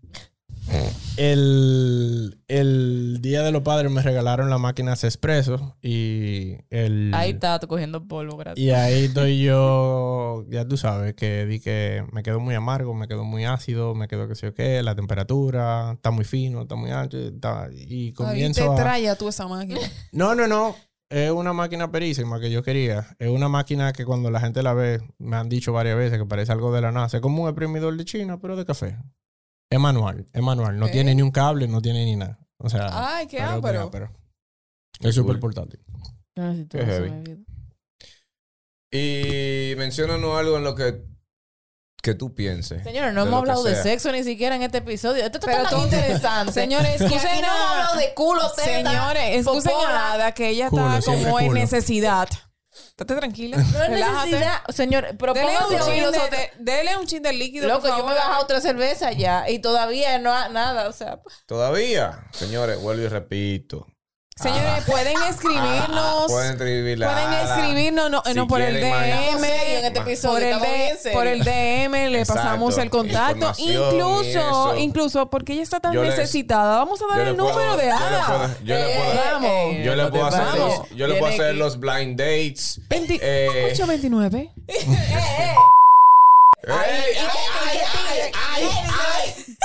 [SPEAKER 5] el, el Día de los Padres me regalaron la máquina Espresso y el...
[SPEAKER 2] Ahí está, tú cogiendo polvo, gracias.
[SPEAKER 5] Y ahí estoy yo, ya tú sabes, que di que me quedó muy amargo, me quedó muy ácido, me quedó que sé yo qué, la temperatura, está muy fino, está muy ancho, está- y
[SPEAKER 3] Ahí te
[SPEAKER 5] comienzo a...
[SPEAKER 3] trae a tú esa máquina.
[SPEAKER 5] No, no, no. Es una máquina perísima que yo quería. Es una máquina que cuando la gente la ve, me han dicho varias veces que parece algo de la NASA. Es como un exprimidor de China, pero de café. Es manual, es manual. No
[SPEAKER 3] Ok.
[SPEAKER 5] tiene ni un cable, no tiene ni nada. O sea,
[SPEAKER 3] Ay, qué
[SPEAKER 5] Ah, pero es muy
[SPEAKER 3] ápero.
[SPEAKER 5] ápero. Es súper
[SPEAKER 1] Cool.
[SPEAKER 5] portátil.
[SPEAKER 2] Yo necesito
[SPEAKER 1] Qué
[SPEAKER 2] eso en
[SPEAKER 1] heavy.
[SPEAKER 2] mi vida.
[SPEAKER 1] Y mencionanos algo en lo que, que tú pienses.
[SPEAKER 2] Señores, no
[SPEAKER 1] De
[SPEAKER 2] hemos
[SPEAKER 1] lo que
[SPEAKER 2] hablado de
[SPEAKER 1] sea.
[SPEAKER 2] sexo ni siquiera en este episodio. Esto
[SPEAKER 3] Pero
[SPEAKER 2] está tan
[SPEAKER 3] todo-
[SPEAKER 2] interesante.
[SPEAKER 3] Señores, que
[SPEAKER 2] Ustedes
[SPEAKER 3] aquí
[SPEAKER 2] no hemos
[SPEAKER 3] nada.
[SPEAKER 2] hablado de culo, teta,
[SPEAKER 3] Señores, excusen
[SPEAKER 2] popola.
[SPEAKER 3] a Ada que ella está
[SPEAKER 5] Culo, siempre
[SPEAKER 3] como en
[SPEAKER 5] culo.
[SPEAKER 3] necesidad. Estate tranquila.
[SPEAKER 2] No es
[SPEAKER 3] relájate.
[SPEAKER 2] necesidad. Señor,
[SPEAKER 3] Dele
[SPEAKER 2] propóngase
[SPEAKER 3] un, chin
[SPEAKER 2] oídos
[SPEAKER 3] de,
[SPEAKER 2] otra-
[SPEAKER 3] de- dele un chin de líquido.
[SPEAKER 2] Loco,
[SPEAKER 3] por
[SPEAKER 2] yo me he
[SPEAKER 3] favor.
[SPEAKER 2] bajado tres cervezas ya y todavía no ha- nada, o sea...
[SPEAKER 1] Todavía, señores, vuelvo y repito.
[SPEAKER 3] Señores, pueden
[SPEAKER 1] Ah,
[SPEAKER 3] escribirnos.
[SPEAKER 1] pueden escribirla.
[SPEAKER 3] Pueden escribirnos, no,
[SPEAKER 1] Si
[SPEAKER 3] no, por el
[SPEAKER 1] quieren más
[SPEAKER 3] DM,
[SPEAKER 1] datos serios en este
[SPEAKER 2] episodio,
[SPEAKER 3] por el,
[SPEAKER 2] estamos bien
[SPEAKER 3] D-
[SPEAKER 2] serios.
[SPEAKER 3] por el DM le
[SPEAKER 1] Exacto,
[SPEAKER 3] pasamos el contacto.
[SPEAKER 1] información y eso.
[SPEAKER 3] Incluso, incluso porque ella está tan
[SPEAKER 1] Yo les-
[SPEAKER 3] necesitada, vamos a dar el número de Ada. Eh,
[SPEAKER 1] Yo le puedo,
[SPEAKER 3] Vamos.
[SPEAKER 1] yo le puedo hacer,
[SPEAKER 2] Vamos.
[SPEAKER 1] los, yo le puedo
[SPEAKER 2] Tiene
[SPEAKER 1] hacer
[SPEAKER 2] que-
[SPEAKER 1] los blind dates.
[SPEAKER 3] 20
[SPEAKER 1] Eh,
[SPEAKER 3] 829.
[SPEAKER 1] ¡Ey, ay, ay, ay, ay, ay!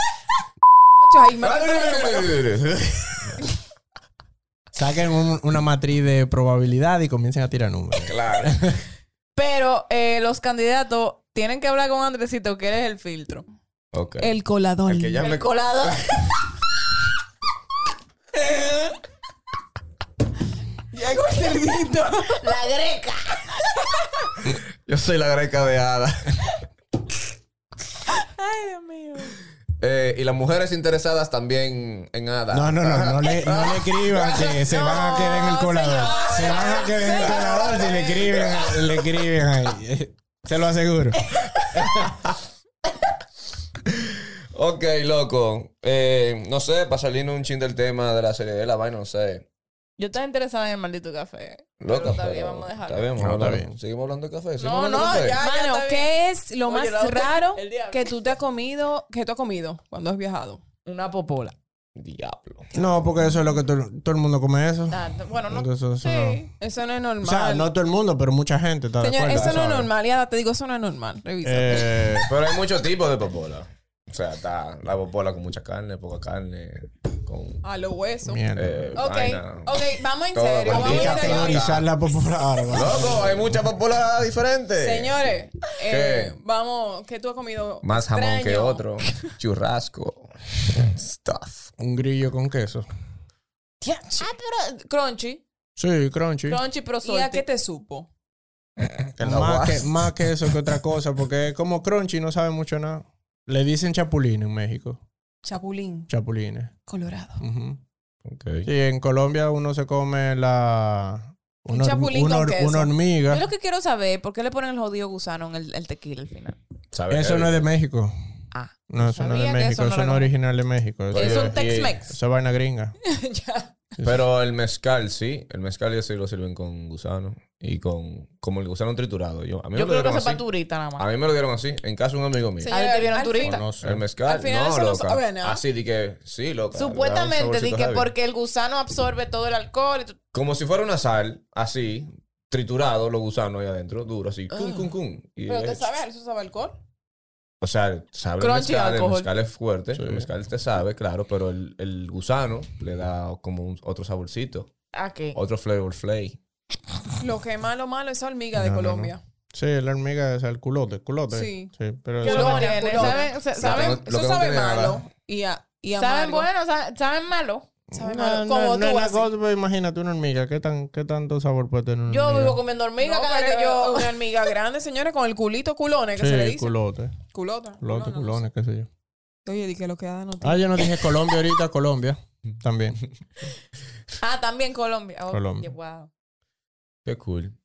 [SPEAKER 3] Ocho, ahí,
[SPEAKER 1] Ay,
[SPEAKER 3] marca.
[SPEAKER 5] Saquen un- una matriz de probabilidad y comiencen a tirar números.
[SPEAKER 1] Claro.
[SPEAKER 2] Pero eh, los candidatos tienen que hablar con Andresito, que él es el filtro.
[SPEAKER 1] Ok.
[SPEAKER 5] Eh,
[SPEAKER 3] El colador.
[SPEAKER 1] El que ya me
[SPEAKER 2] Colado.
[SPEAKER 3] Llegó el cerdito.
[SPEAKER 2] La greca.
[SPEAKER 1] Yo soy la greca de Ada.
[SPEAKER 3] Ay, Dios mío.
[SPEAKER 1] Eh, y las mujeres interesadas también en Ada.
[SPEAKER 5] No, no, no, no le, no le escriban que se van a quedar en el colador. se van a quedar en el colador si le escriben, le escriben ahí. Se lo aseguro.
[SPEAKER 1] Ok, loco. Eh, no sé, para salirnos un chin del tema de la serie de la vaina, no sé.
[SPEAKER 2] Yo estaba interesada en el maldito café.
[SPEAKER 1] Loco,
[SPEAKER 2] pero está bien, vamos a dejarlo.
[SPEAKER 1] Está bien, vamos a
[SPEAKER 5] No, está
[SPEAKER 1] hablar.
[SPEAKER 5] bien.
[SPEAKER 1] Seguimos hablando de café.
[SPEAKER 2] No,
[SPEAKER 1] ¿Seguimos hablando de
[SPEAKER 2] no,
[SPEAKER 1] café?
[SPEAKER 2] ya.
[SPEAKER 3] Mano,
[SPEAKER 2] está
[SPEAKER 3] ¿qué es lo
[SPEAKER 2] Oye,
[SPEAKER 3] más
[SPEAKER 2] la otra-
[SPEAKER 3] raro
[SPEAKER 2] el diablo.
[SPEAKER 3] que tú te has comido, que tú has comido cuando has viajado?
[SPEAKER 2] Una popola.
[SPEAKER 1] Diablo.
[SPEAKER 5] No, porque eso es lo que todo, todo el mundo come eso.
[SPEAKER 2] Ah, bueno, no.
[SPEAKER 5] Entonces, eso
[SPEAKER 2] sí.
[SPEAKER 3] Eso no es normal.
[SPEAKER 5] no. O sea, no todo el mundo, pero mucha gente está de
[SPEAKER 3] Señor,
[SPEAKER 5] acuerdo,
[SPEAKER 3] eso no es
[SPEAKER 5] ¿sabes?
[SPEAKER 3] normal. Ya te digo, eso no es normal. Revisa.
[SPEAKER 5] Eh,
[SPEAKER 1] Pero hay muchos tipos de popola. O sea, está la popola con mucha carne, poca carne, con
[SPEAKER 3] A los huesos.
[SPEAKER 5] mierda.
[SPEAKER 1] eh,
[SPEAKER 2] Ok,
[SPEAKER 1] vaina.
[SPEAKER 2] ok, vamos en
[SPEAKER 1] Todo
[SPEAKER 2] serio.
[SPEAKER 1] lo que
[SPEAKER 2] Vamos
[SPEAKER 5] Hay
[SPEAKER 2] en
[SPEAKER 5] que
[SPEAKER 1] diga, todo
[SPEAKER 2] serio.
[SPEAKER 1] lo que-
[SPEAKER 5] categorizar la popular.
[SPEAKER 1] Loco, hay muchas popolas diferentes.
[SPEAKER 3] Señores, eh,
[SPEAKER 1] ¿Qué?
[SPEAKER 3] vamos, ¿qué tú has comido?
[SPEAKER 1] Más jamón
[SPEAKER 3] extraño?
[SPEAKER 1] que otro. Churrasco. Stuff.
[SPEAKER 5] Un grillo con queso.
[SPEAKER 2] Ah, pero crunchy.
[SPEAKER 5] Sí, crunchy.
[SPEAKER 2] Crunchy, pero
[SPEAKER 3] ¿Y a qué
[SPEAKER 2] salty.
[SPEAKER 3] te supo?
[SPEAKER 5] Más que, más que eso que otra cosa, porque como crunchy no sabe mucho nada. Le dicen chapulines en México.
[SPEAKER 3] Chapulín,
[SPEAKER 5] Chapulines.
[SPEAKER 3] colorado.
[SPEAKER 5] Ujú.
[SPEAKER 1] Ok.
[SPEAKER 5] Sí, en Colombia uno se come la... Una,
[SPEAKER 3] Un
[SPEAKER 5] horm-
[SPEAKER 3] chapulín
[SPEAKER 5] una
[SPEAKER 3] con
[SPEAKER 5] hor-
[SPEAKER 3] queso.
[SPEAKER 5] una hormiga.
[SPEAKER 2] Yo lo que quiero saber es por qué le ponen el jodido gusano en el, el tequila al final.
[SPEAKER 1] Sabe
[SPEAKER 5] Eso
[SPEAKER 1] heavy.
[SPEAKER 5] no es de México.
[SPEAKER 2] Ah.
[SPEAKER 5] No, eso no es
[SPEAKER 2] Sabía
[SPEAKER 5] de
[SPEAKER 2] que
[SPEAKER 5] México.
[SPEAKER 2] eso no
[SPEAKER 5] Eso
[SPEAKER 2] era
[SPEAKER 5] no, es
[SPEAKER 2] como-
[SPEAKER 5] original de México. Eso
[SPEAKER 2] es un
[SPEAKER 1] y-
[SPEAKER 2] Tex-Mex.
[SPEAKER 5] esa vaina gringa.
[SPEAKER 3] ya.
[SPEAKER 1] Pero el mezcal, sí. El mezcal ya sí lo sirven con gusano. Y con... Como el gusano triturado. Yo, a mí me
[SPEAKER 2] Yo
[SPEAKER 1] lo
[SPEAKER 2] creo que
[SPEAKER 1] dieron así.
[SPEAKER 2] eso es
[SPEAKER 1] Ah,
[SPEAKER 2] para turista nada
[SPEAKER 1] A
[SPEAKER 2] más.
[SPEAKER 1] mí me lo dieron así. En casa de un amigo mío.
[SPEAKER 2] A ver, te vieron
[SPEAKER 3] al
[SPEAKER 2] turista.
[SPEAKER 3] final-
[SPEAKER 5] Conoce.
[SPEAKER 1] El mezcal.
[SPEAKER 3] Al final
[SPEAKER 1] no,
[SPEAKER 3] eso no
[SPEAKER 1] loca.
[SPEAKER 3] sabe nada.
[SPEAKER 1] Así di que... Sí, loca. le da un
[SPEAKER 2] Supuestamente di
[SPEAKER 1] saborcito
[SPEAKER 2] que
[SPEAKER 1] heavy.
[SPEAKER 2] porque el gusano absorbe todo el alcohol. y tú-
[SPEAKER 1] Como si fuera una sal, así... Triturado los gusanos ahí adentro, duro, así, cum, cum, cum. Y
[SPEAKER 3] ¿Pero te
[SPEAKER 1] es-
[SPEAKER 3] sabe? ¿Eso sabe alcohol?
[SPEAKER 1] O sea, sabe el
[SPEAKER 2] Crunchy
[SPEAKER 1] mezcal, el
[SPEAKER 2] alcohol.
[SPEAKER 1] mezcal es fuerte,
[SPEAKER 5] Sí.
[SPEAKER 1] el mezcal te sabe, claro, pero el, el gusano le da como un- otro saborcito,
[SPEAKER 2] ¿A qué?
[SPEAKER 1] otro flavor flay.
[SPEAKER 3] Lo que es malo, malo es esa hormiga de
[SPEAKER 5] No, no, no.
[SPEAKER 3] Colombia.
[SPEAKER 5] Sí, la hormiga es el culote, culote.
[SPEAKER 3] Sí.
[SPEAKER 5] pero
[SPEAKER 2] ¿Qué
[SPEAKER 5] eso-
[SPEAKER 2] lo
[SPEAKER 3] Colores,
[SPEAKER 2] tiene? ¿Saben,
[SPEAKER 3] colores.
[SPEAKER 2] sa-
[SPEAKER 1] Lo que
[SPEAKER 2] saben,
[SPEAKER 1] no- lo
[SPEAKER 3] Eso
[SPEAKER 1] que no
[SPEAKER 3] sabe
[SPEAKER 1] tiene nada.
[SPEAKER 3] malo y, a, y
[SPEAKER 2] saben
[SPEAKER 3] amargo.
[SPEAKER 2] bueno? sa- ¿Saben malo?
[SPEAKER 3] Sabe
[SPEAKER 5] No,
[SPEAKER 3] malo.
[SPEAKER 5] no,
[SPEAKER 3] Como
[SPEAKER 5] no es
[SPEAKER 3] tú,
[SPEAKER 5] la
[SPEAKER 3] así.
[SPEAKER 5] cosa, pero imagínate una hormiga. ¿Qué, tan, ¿Qué tanto sabor puede tener una
[SPEAKER 2] Yo
[SPEAKER 5] hormiga?
[SPEAKER 2] vivo comiendo hormigas
[SPEAKER 3] No,
[SPEAKER 2] cada
[SPEAKER 3] pero
[SPEAKER 2] que yo...
[SPEAKER 3] Una hormiga grande, señores, con el culito culone que
[SPEAKER 5] Sí,
[SPEAKER 3] se le dice.
[SPEAKER 5] culote.
[SPEAKER 3] Culota. culona,
[SPEAKER 5] Culote,
[SPEAKER 3] no
[SPEAKER 5] culones, qué sé yo.
[SPEAKER 3] sé. Oye, di que lo que da no tiene.
[SPEAKER 5] Ah, yo no dije Colombia ahorita, Colombia. También.
[SPEAKER 2] Ah, también Colombia. Oh,
[SPEAKER 5] Colombia.
[SPEAKER 2] wow.
[SPEAKER 1] Qué cool.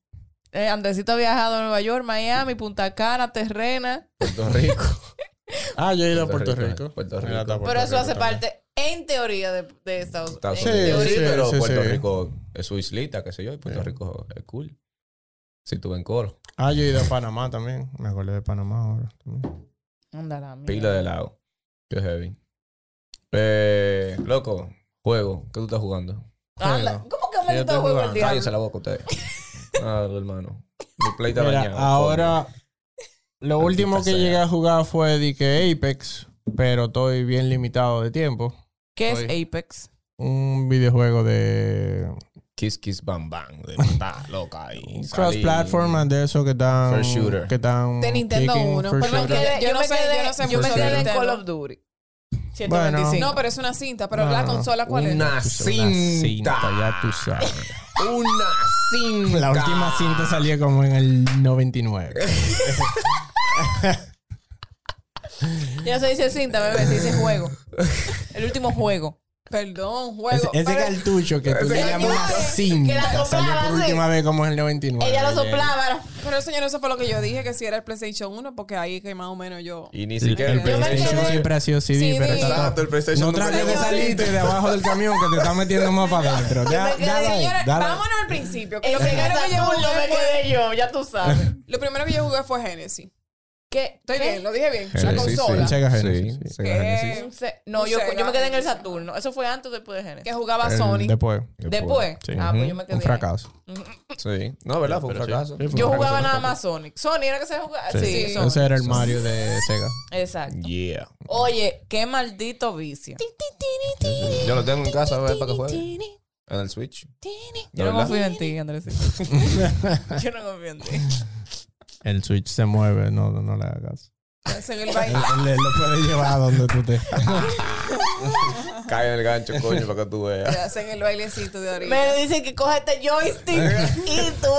[SPEAKER 2] Eh, Andresito ha viajado a Nueva York, Miami, Punta Cana, Terrena.
[SPEAKER 1] Puerto Rico.
[SPEAKER 5] Ah, yo he ido a
[SPEAKER 1] Puerto
[SPEAKER 5] Puerto
[SPEAKER 1] Rico,
[SPEAKER 5] Rico.
[SPEAKER 1] Puerto
[SPEAKER 5] Mira, está
[SPEAKER 1] Rico.
[SPEAKER 2] Pero eso
[SPEAKER 5] Rico
[SPEAKER 2] hace
[SPEAKER 5] también.
[SPEAKER 2] parte, en teoría, de, de Estados Unidos.
[SPEAKER 1] Estados
[SPEAKER 5] Sí,
[SPEAKER 1] Unidos, sí,
[SPEAKER 5] sí,
[SPEAKER 1] pero
[SPEAKER 5] sí,
[SPEAKER 1] Puerto
[SPEAKER 5] sí.
[SPEAKER 1] Rico es su islita, qué sé yo, y Puerto
[SPEAKER 5] Sí.
[SPEAKER 1] Rico es cool. Si tú ven coro,
[SPEAKER 5] Ah, yo he ido a Panamá también. Me acordé de Panamá ahora. también.
[SPEAKER 2] Anda la mierda.
[SPEAKER 1] pila de lado. Qué heavy. Eh, loco, juego, ¿qué tú estás jugando?
[SPEAKER 5] Ah,
[SPEAKER 2] Anda, ¿Cómo que
[SPEAKER 5] Yo
[SPEAKER 2] maldito
[SPEAKER 5] estoy
[SPEAKER 2] juego el
[SPEAKER 5] jugando.
[SPEAKER 2] diablo?
[SPEAKER 1] Cállese la boca ustedes. Ah, hermano. Mi play está
[SPEAKER 5] Mira,
[SPEAKER 1] dañado.
[SPEAKER 5] ahora,
[SPEAKER 1] Maldita
[SPEAKER 5] lo último que
[SPEAKER 1] sea.
[SPEAKER 5] llegué a jugar fue de que Apex, pero estoy bien limitado de tiempo.
[SPEAKER 2] ¿Qué
[SPEAKER 5] Oye.
[SPEAKER 2] es Apex?
[SPEAKER 5] Un videojuego de
[SPEAKER 1] Kiss Kiss Bam Bam. De matar, loca. Y
[SPEAKER 5] cross
[SPEAKER 1] salí.
[SPEAKER 5] platform de eso que están
[SPEAKER 1] First shooter.
[SPEAKER 5] que están
[SPEAKER 3] De Nintendo
[SPEAKER 5] kicking,
[SPEAKER 3] uno,
[SPEAKER 5] first
[SPEAKER 3] pero no
[SPEAKER 5] shooter.
[SPEAKER 3] queda-
[SPEAKER 2] yo,
[SPEAKER 3] yo no
[SPEAKER 2] me
[SPEAKER 3] sé,
[SPEAKER 2] quedé,
[SPEAKER 3] yo no sé
[SPEAKER 2] yo me
[SPEAKER 5] mucho
[SPEAKER 2] quedé
[SPEAKER 5] de
[SPEAKER 2] en
[SPEAKER 3] Nintendo.
[SPEAKER 2] Call of Duty.
[SPEAKER 5] Bueno.
[SPEAKER 2] 125.
[SPEAKER 3] No, pero es una cinta. ¿Pero
[SPEAKER 5] No,
[SPEAKER 3] la
[SPEAKER 5] no.
[SPEAKER 3] consola cuál es?
[SPEAKER 1] Una cinta.
[SPEAKER 5] ya tú sabes.
[SPEAKER 1] Una cinta.
[SPEAKER 5] La última cinta salió como en el 99.
[SPEAKER 2] Ya no se dice cinta, bebé, se dice juego. El último juego.
[SPEAKER 3] Perdón,
[SPEAKER 5] Ese,
[SPEAKER 3] juego.
[SPEAKER 5] ese
[SPEAKER 3] Pero-
[SPEAKER 5] cartucho que tú
[SPEAKER 1] Ese
[SPEAKER 5] le llamas una
[SPEAKER 2] cartucho que la soplaba
[SPEAKER 5] cinta salió por
[SPEAKER 2] así.
[SPEAKER 5] última vez como en el 99.
[SPEAKER 2] Ella lo
[SPEAKER 5] ya.
[SPEAKER 2] soplaba. era-
[SPEAKER 3] Pero señor, eso fue lo que yo dije, que si era el PlayStation 1, porque ahí es que más o menos yo...
[SPEAKER 1] Y ni
[SPEAKER 5] El,
[SPEAKER 1] siquiera
[SPEAKER 5] el
[SPEAKER 1] el
[SPEAKER 2] Yo me
[SPEAKER 5] PlayStation
[SPEAKER 2] quedé-
[SPEAKER 5] siempre ha sido CD,
[SPEAKER 2] CD.
[SPEAKER 5] pero está todo-
[SPEAKER 1] Exacto, el PlayStation
[SPEAKER 5] No trates
[SPEAKER 1] nunca
[SPEAKER 5] de
[SPEAKER 1] llegó.
[SPEAKER 5] salirte de abajo del camión que te está metiendo más para adentro.
[SPEAKER 3] Yo
[SPEAKER 5] Ya,
[SPEAKER 3] me quedé,
[SPEAKER 5] dale ahí,
[SPEAKER 3] señores,
[SPEAKER 5] dale.
[SPEAKER 3] vámonos al principio. que
[SPEAKER 2] El
[SPEAKER 3] lo, primero que yo
[SPEAKER 2] Saturno
[SPEAKER 3] jugué
[SPEAKER 2] me
[SPEAKER 3] fue,
[SPEAKER 2] quedé yo, ya tú sabes.
[SPEAKER 3] lo primero que yo jugué fue Genesis.
[SPEAKER 2] ¿Qué?
[SPEAKER 3] Estoy
[SPEAKER 2] ¿Qué?
[SPEAKER 3] bien, lo dije bien.
[SPEAKER 1] Sí,
[SPEAKER 3] La
[SPEAKER 1] sí,
[SPEAKER 3] consola.
[SPEAKER 5] sí. Sega Genesis,
[SPEAKER 1] Sí,
[SPEAKER 5] sí.
[SPEAKER 1] Sega
[SPEAKER 3] ¿Qué?
[SPEAKER 1] Genesis.
[SPEAKER 2] Un se- No,
[SPEAKER 3] Un
[SPEAKER 2] yo,
[SPEAKER 3] Sega,
[SPEAKER 2] yo me quedé en el
[SPEAKER 3] Genesis.
[SPEAKER 2] Saturno. Eso fue antes o después de Genesis.
[SPEAKER 3] Que jugaba
[SPEAKER 5] El-
[SPEAKER 3] Sony.
[SPEAKER 5] Después.
[SPEAKER 2] Después.
[SPEAKER 5] Sí.
[SPEAKER 2] Ah, pues yo me quedé.
[SPEAKER 5] Un
[SPEAKER 2] ahí.
[SPEAKER 5] fracaso.
[SPEAKER 1] Sí. No, ¿verdad? Fue un
[SPEAKER 5] Pero sí,
[SPEAKER 1] fracaso.
[SPEAKER 5] sí, fue un
[SPEAKER 2] Yo
[SPEAKER 5] fracaso,
[SPEAKER 2] jugaba
[SPEAKER 5] no
[SPEAKER 2] nada
[SPEAKER 5] fue-
[SPEAKER 2] más Sonic. Sonic era que se jugaba. Sí,
[SPEAKER 5] Sí.
[SPEAKER 2] Sonic.
[SPEAKER 5] Ese Mm. era el Mario de Sega.
[SPEAKER 2] Exacto.
[SPEAKER 1] Yeah.
[SPEAKER 2] Oye, qué maldito vicio.
[SPEAKER 1] Yo lo tengo en casa, a ver para que juegue. En el Switch.
[SPEAKER 2] Yo
[SPEAKER 1] ¿De
[SPEAKER 2] no
[SPEAKER 1] verdad?
[SPEAKER 2] confío en ti, Andrés. Yo no confío en ti.
[SPEAKER 5] El Switch se mueve, no, no, no le hagas.
[SPEAKER 3] Hacen el baile.
[SPEAKER 5] Él, él lo puede llevar a donde tú te.
[SPEAKER 1] Cae en el gancho, coño, para que tú veas.
[SPEAKER 3] Hacen el bailecito de
[SPEAKER 2] Me
[SPEAKER 3] ahorita.
[SPEAKER 2] dicen que coja este joystick y tú.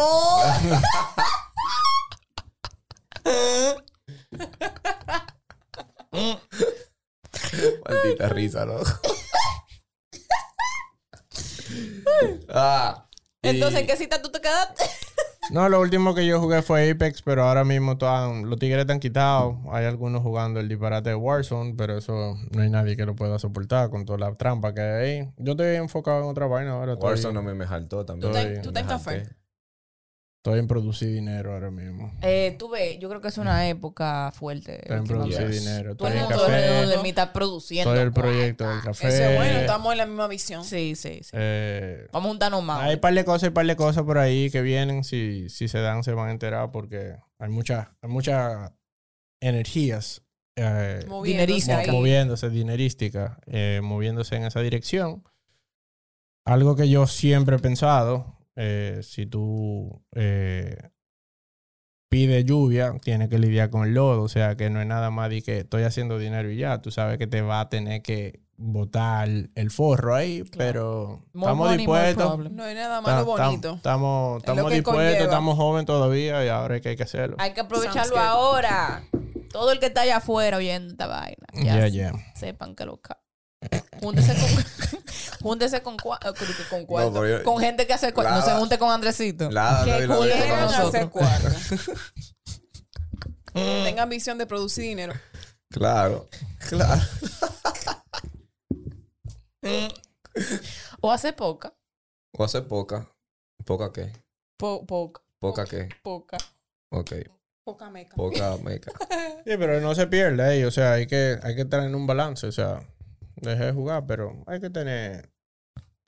[SPEAKER 1] Maldita risa, loco. Ah. y- Ah,
[SPEAKER 2] Entonces, ¿en qué cita tú te quedaste?
[SPEAKER 5] No, lo último que yo jugué fue Apex, pero ahora mismo todas- los tigres están quitados. Hay algunos jugando el disparate de Warzone, pero eso no hay nadie que lo pueda soportar con toda la trampa que hay ahí. Yo estoy enfocado en otra vaina ahora. Estoy,
[SPEAKER 1] Warzone no me, me jaltó también.
[SPEAKER 5] Tú ten- tú
[SPEAKER 1] Me
[SPEAKER 3] ten
[SPEAKER 1] jalté.
[SPEAKER 3] café.
[SPEAKER 5] estoy en producir dinero ahora mismo.
[SPEAKER 2] Eh, tú ves, yo creo que es una época fuerte.
[SPEAKER 5] Estoy en
[SPEAKER 2] últimamente.
[SPEAKER 5] producir
[SPEAKER 1] Yes.
[SPEAKER 5] dinero.
[SPEAKER 2] Todo
[SPEAKER 5] Estoy
[SPEAKER 2] el
[SPEAKER 5] en
[SPEAKER 2] mundo
[SPEAKER 5] café.
[SPEAKER 2] alrededor de mí está produciendo.
[SPEAKER 5] Estoy en el proyecto del café.
[SPEAKER 3] Eso es bueno, estamos en la misma visión.
[SPEAKER 2] Sí, sí, sí.
[SPEAKER 5] Eh,
[SPEAKER 2] Vamos a juntarnos más.
[SPEAKER 5] Hay un par de cosas, hay un par de cosas por ahí que vienen. Si, si se dan, se van a enterar porque hay muchas hay muchas energías eh,
[SPEAKER 3] Moviéndose
[SPEAKER 2] Dinerista
[SPEAKER 3] ahí.
[SPEAKER 5] mo- moviéndose, dinerísticas, eh, moviéndose en esa dirección. Algo que yo siempre he pensado, eh, si tú eh, pides lluvia, tienes que lidiar con el lodo, o sea que no es nada más de que estoy haciendo dinero y ya, tú sabes que te va a tener que botar el forro ahí, pero
[SPEAKER 2] More money,
[SPEAKER 5] estamos
[SPEAKER 2] more
[SPEAKER 5] dispuestos,
[SPEAKER 2] problem.
[SPEAKER 3] No hay nada malo
[SPEAKER 5] Ta- tam-
[SPEAKER 3] bonito.
[SPEAKER 5] Ah, Estamos,
[SPEAKER 3] lo
[SPEAKER 5] estamos
[SPEAKER 3] que
[SPEAKER 5] dispuestos,
[SPEAKER 3] conlleva.
[SPEAKER 5] estamos jóvenes todavía y ahora es que hay que hacerlo.
[SPEAKER 2] Hay que
[SPEAKER 3] Sounds
[SPEAKER 2] aprovecharlo
[SPEAKER 3] good.
[SPEAKER 2] ahora. Todo el que está allá afuera oyendo esta vaina. Ya
[SPEAKER 5] Ya, ya.
[SPEAKER 2] Sepan que loca. Júntese con, júntese con, cua- eh, con- con cuarto.
[SPEAKER 1] pero yo-
[SPEAKER 2] con gente que hace cuarto. No
[SPEAKER 1] Nada.
[SPEAKER 2] se junte con Andresito.
[SPEAKER 1] Nada,
[SPEAKER 2] Que
[SPEAKER 1] no, y la
[SPEAKER 2] culero
[SPEAKER 1] vez con
[SPEAKER 3] Quieran
[SPEAKER 1] nosotros.
[SPEAKER 3] hacer cuarto. Que Tengan visión de producir dinero.
[SPEAKER 1] Claro, claro.
[SPEAKER 2] O hace poca.
[SPEAKER 1] O hacer poca. ¿Poca qué?
[SPEAKER 3] Po- poca,
[SPEAKER 1] ¿Poca qué?
[SPEAKER 3] poca,
[SPEAKER 1] Ok,
[SPEAKER 3] poca meca.
[SPEAKER 1] poca meca.
[SPEAKER 5] Sí, pero no se pierde, eh, o sea, hay que, hay que tener un balance, o sea, dejé de jugar, pero hay que tener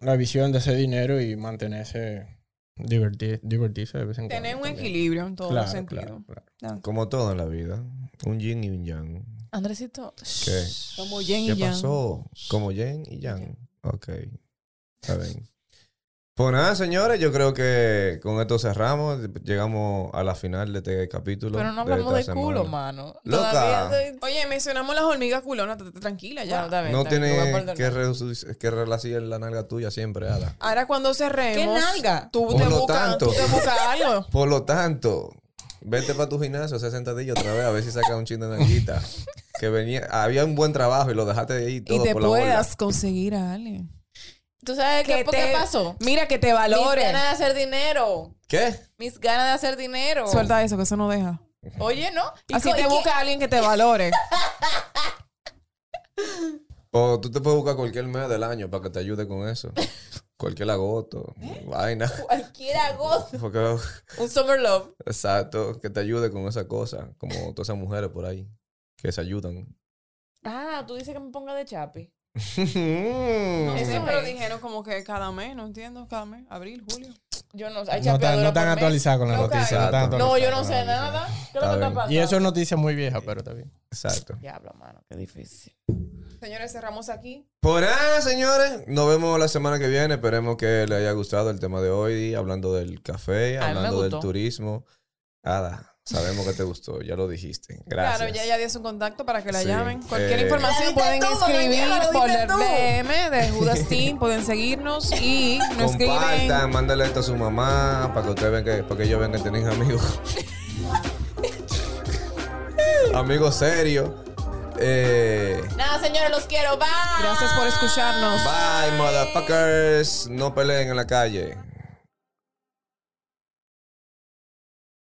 [SPEAKER 5] la visión de ese dinero y mantenerse divertir, divertirse de vez en cuando.
[SPEAKER 3] Tener un
[SPEAKER 5] también.
[SPEAKER 3] equilibrio en todos
[SPEAKER 5] Claro,
[SPEAKER 3] los sentidos.
[SPEAKER 5] claro, claro.
[SPEAKER 1] Como todo en la vida, un yin y un yang.
[SPEAKER 2] Andresito.
[SPEAKER 1] ¿Qué?
[SPEAKER 3] Como yen
[SPEAKER 1] ¿Qué
[SPEAKER 3] y yang.
[SPEAKER 1] pasó? Como Jen y Yang. Ok. Está bien. Pues nada, señores, yo creo que con esto cerramos. Llegamos a la final de este capítulo.
[SPEAKER 2] Pero no
[SPEAKER 1] de
[SPEAKER 2] hablamos de
[SPEAKER 1] esta
[SPEAKER 2] culo,
[SPEAKER 1] semana.
[SPEAKER 2] mano.
[SPEAKER 1] Loca.
[SPEAKER 2] Todavía estoy-
[SPEAKER 3] Oye, mencionamos las hormigas culonas, t- t- tranquila ya.
[SPEAKER 2] Bueno, está bien,
[SPEAKER 1] No
[SPEAKER 2] está bien, lo voy a
[SPEAKER 1] tienes
[SPEAKER 2] perdonar.
[SPEAKER 1] que, reducir- que relaciar la nalga tuya siempre, Ada.
[SPEAKER 3] Ahora cuando cerremos,
[SPEAKER 2] ¿Qué nalga?
[SPEAKER 3] tú
[SPEAKER 1] Por
[SPEAKER 3] te
[SPEAKER 1] lo
[SPEAKER 3] buscas
[SPEAKER 1] tanto.
[SPEAKER 3] tú te buscas algo.
[SPEAKER 1] Por lo tanto, vete para tu gimnasio, hace sentadillo otra vez, a ver si saca un chin de nalguita. que venía, había un buen trabajo y lo dejaste ahí todo
[SPEAKER 3] Y te
[SPEAKER 1] por la borda.
[SPEAKER 3] puedas conseguir a alguien.
[SPEAKER 2] ¿Tú sabes qué,
[SPEAKER 3] Que
[SPEAKER 2] por qué
[SPEAKER 3] te-
[SPEAKER 2] pasó?
[SPEAKER 3] Mira que te
[SPEAKER 2] Mis
[SPEAKER 3] valore.
[SPEAKER 2] ganas de hacer dinero.
[SPEAKER 1] ¿Qué?
[SPEAKER 2] Mis ganas de hacer dinero.
[SPEAKER 3] Suelta eso, que eso no deja.
[SPEAKER 2] Oye, ¿no? Y
[SPEAKER 3] Así
[SPEAKER 2] co- y
[SPEAKER 3] te
[SPEAKER 2] que-
[SPEAKER 3] busca alguien que te valore.
[SPEAKER 1] O tú te puedes buscar cualquier mes del año para que te ayude con eso. cualquier agosto,
[SPEAKER 2] ¿Eh?
[SPEAKER 1] vaina.
[SPEAKER 2] Cualquier agosto.
[SPEAKER 1] Porque
[SPEAKER 2] Un summer love.
[SPEAKER 1] Exacto, que te ayude con esa cosa, como todas esas mujeres por ahí que se ayudan.
[SPEAKER 2] Ah, tú dices que me ponga de chapi.
[SPEAKER 3] No
[SPEAKER 2] Eso
[SPEAKER 3] sé,
[SPEAKER 2] es.
[SPEAKER 3] pero dijeron como que cada mes, no entiendo, cada mes, abril, julio.
[SPEAKER 2] Yo no, hay
[SPEAKER 5] No,
[SPEAKER 2] chapeadora
[SPEAKER 5] tan- no
[SPEAKER 2] por
[SPEAKER 5] están
[SPEAKER 2] mes.
[SPEAKER 5] actualizados con la
[SPEAKER 2] Loca,
[SPEAKER 5] noticia. No, están
[SPEAKER 1] exacto.
[SPEAKER 2] No, yo no
[SPEAKER 5] actualizados con la
[SPEAKER 2] sé
[SPEAKER 5] noticia.
[SPEAKER 2] nada. ¿Qué es
[SPEAKER 1] Está
[SPEAKER 2] lo que está
[SPEAKER 1] bien.
[SPEAKER 2] pasando?
[SPEAKER 5] Y eso es noticia muy vieja, pero está bien.
[SPEAKER 1] Exacto.
[SPEAKER 2] Diablo, mano, qué difícil.
[SPEAKER 3] Señores, cerramos aquí.
[SPEAKER 1] Por nada, señores. Nos vemos la semana que viene. Esperemos que les haya gustado el tema de hoy, hablando del café,
[SPEAKER 2] A mí me
[SPEAKER 1] hablando del
[SPEAKER 2] gustó.
[SPEAKER 1] turismo. Ada, sabemos que te gustó, ya lo dijiste. Gracias.
[SPEAKER 3] Claro, ya, ya dio su contacto para que la
[SPEAKER 1] Sí,
[SPEAKER 3] llamen. Cualquier
[SPEAKER 1] eh,
[SPEAKER 3] información
[SPEAKER 2] Lo dijiste
[SPEAKER 3] pueden
[SPEAKER 2] tú, porque
[SPEAKER 3] escribir
[SPEAKER 2] ya lo
[SPEAKER 3] por
[SPEAKER 2] dijiste
[SPEAKER 3] el
[SPEAKER 2] tú.
[SPEAKER 3] DM de Judas Team. Pueden seguirnos y nos escriben.
[SPEAKER 1] Compartan, mándale esto a su mamá para que ustedes vean que, para que ellos vean que tienen amigos. amigos serios. Eh,
[SPEAKER 2] Nada, señores, los quiero. Bye.
[SPEAKER 3] Gracias por escucharnos.
[SPEAKER 1] bye, motherfuckers. No peleen en la calle.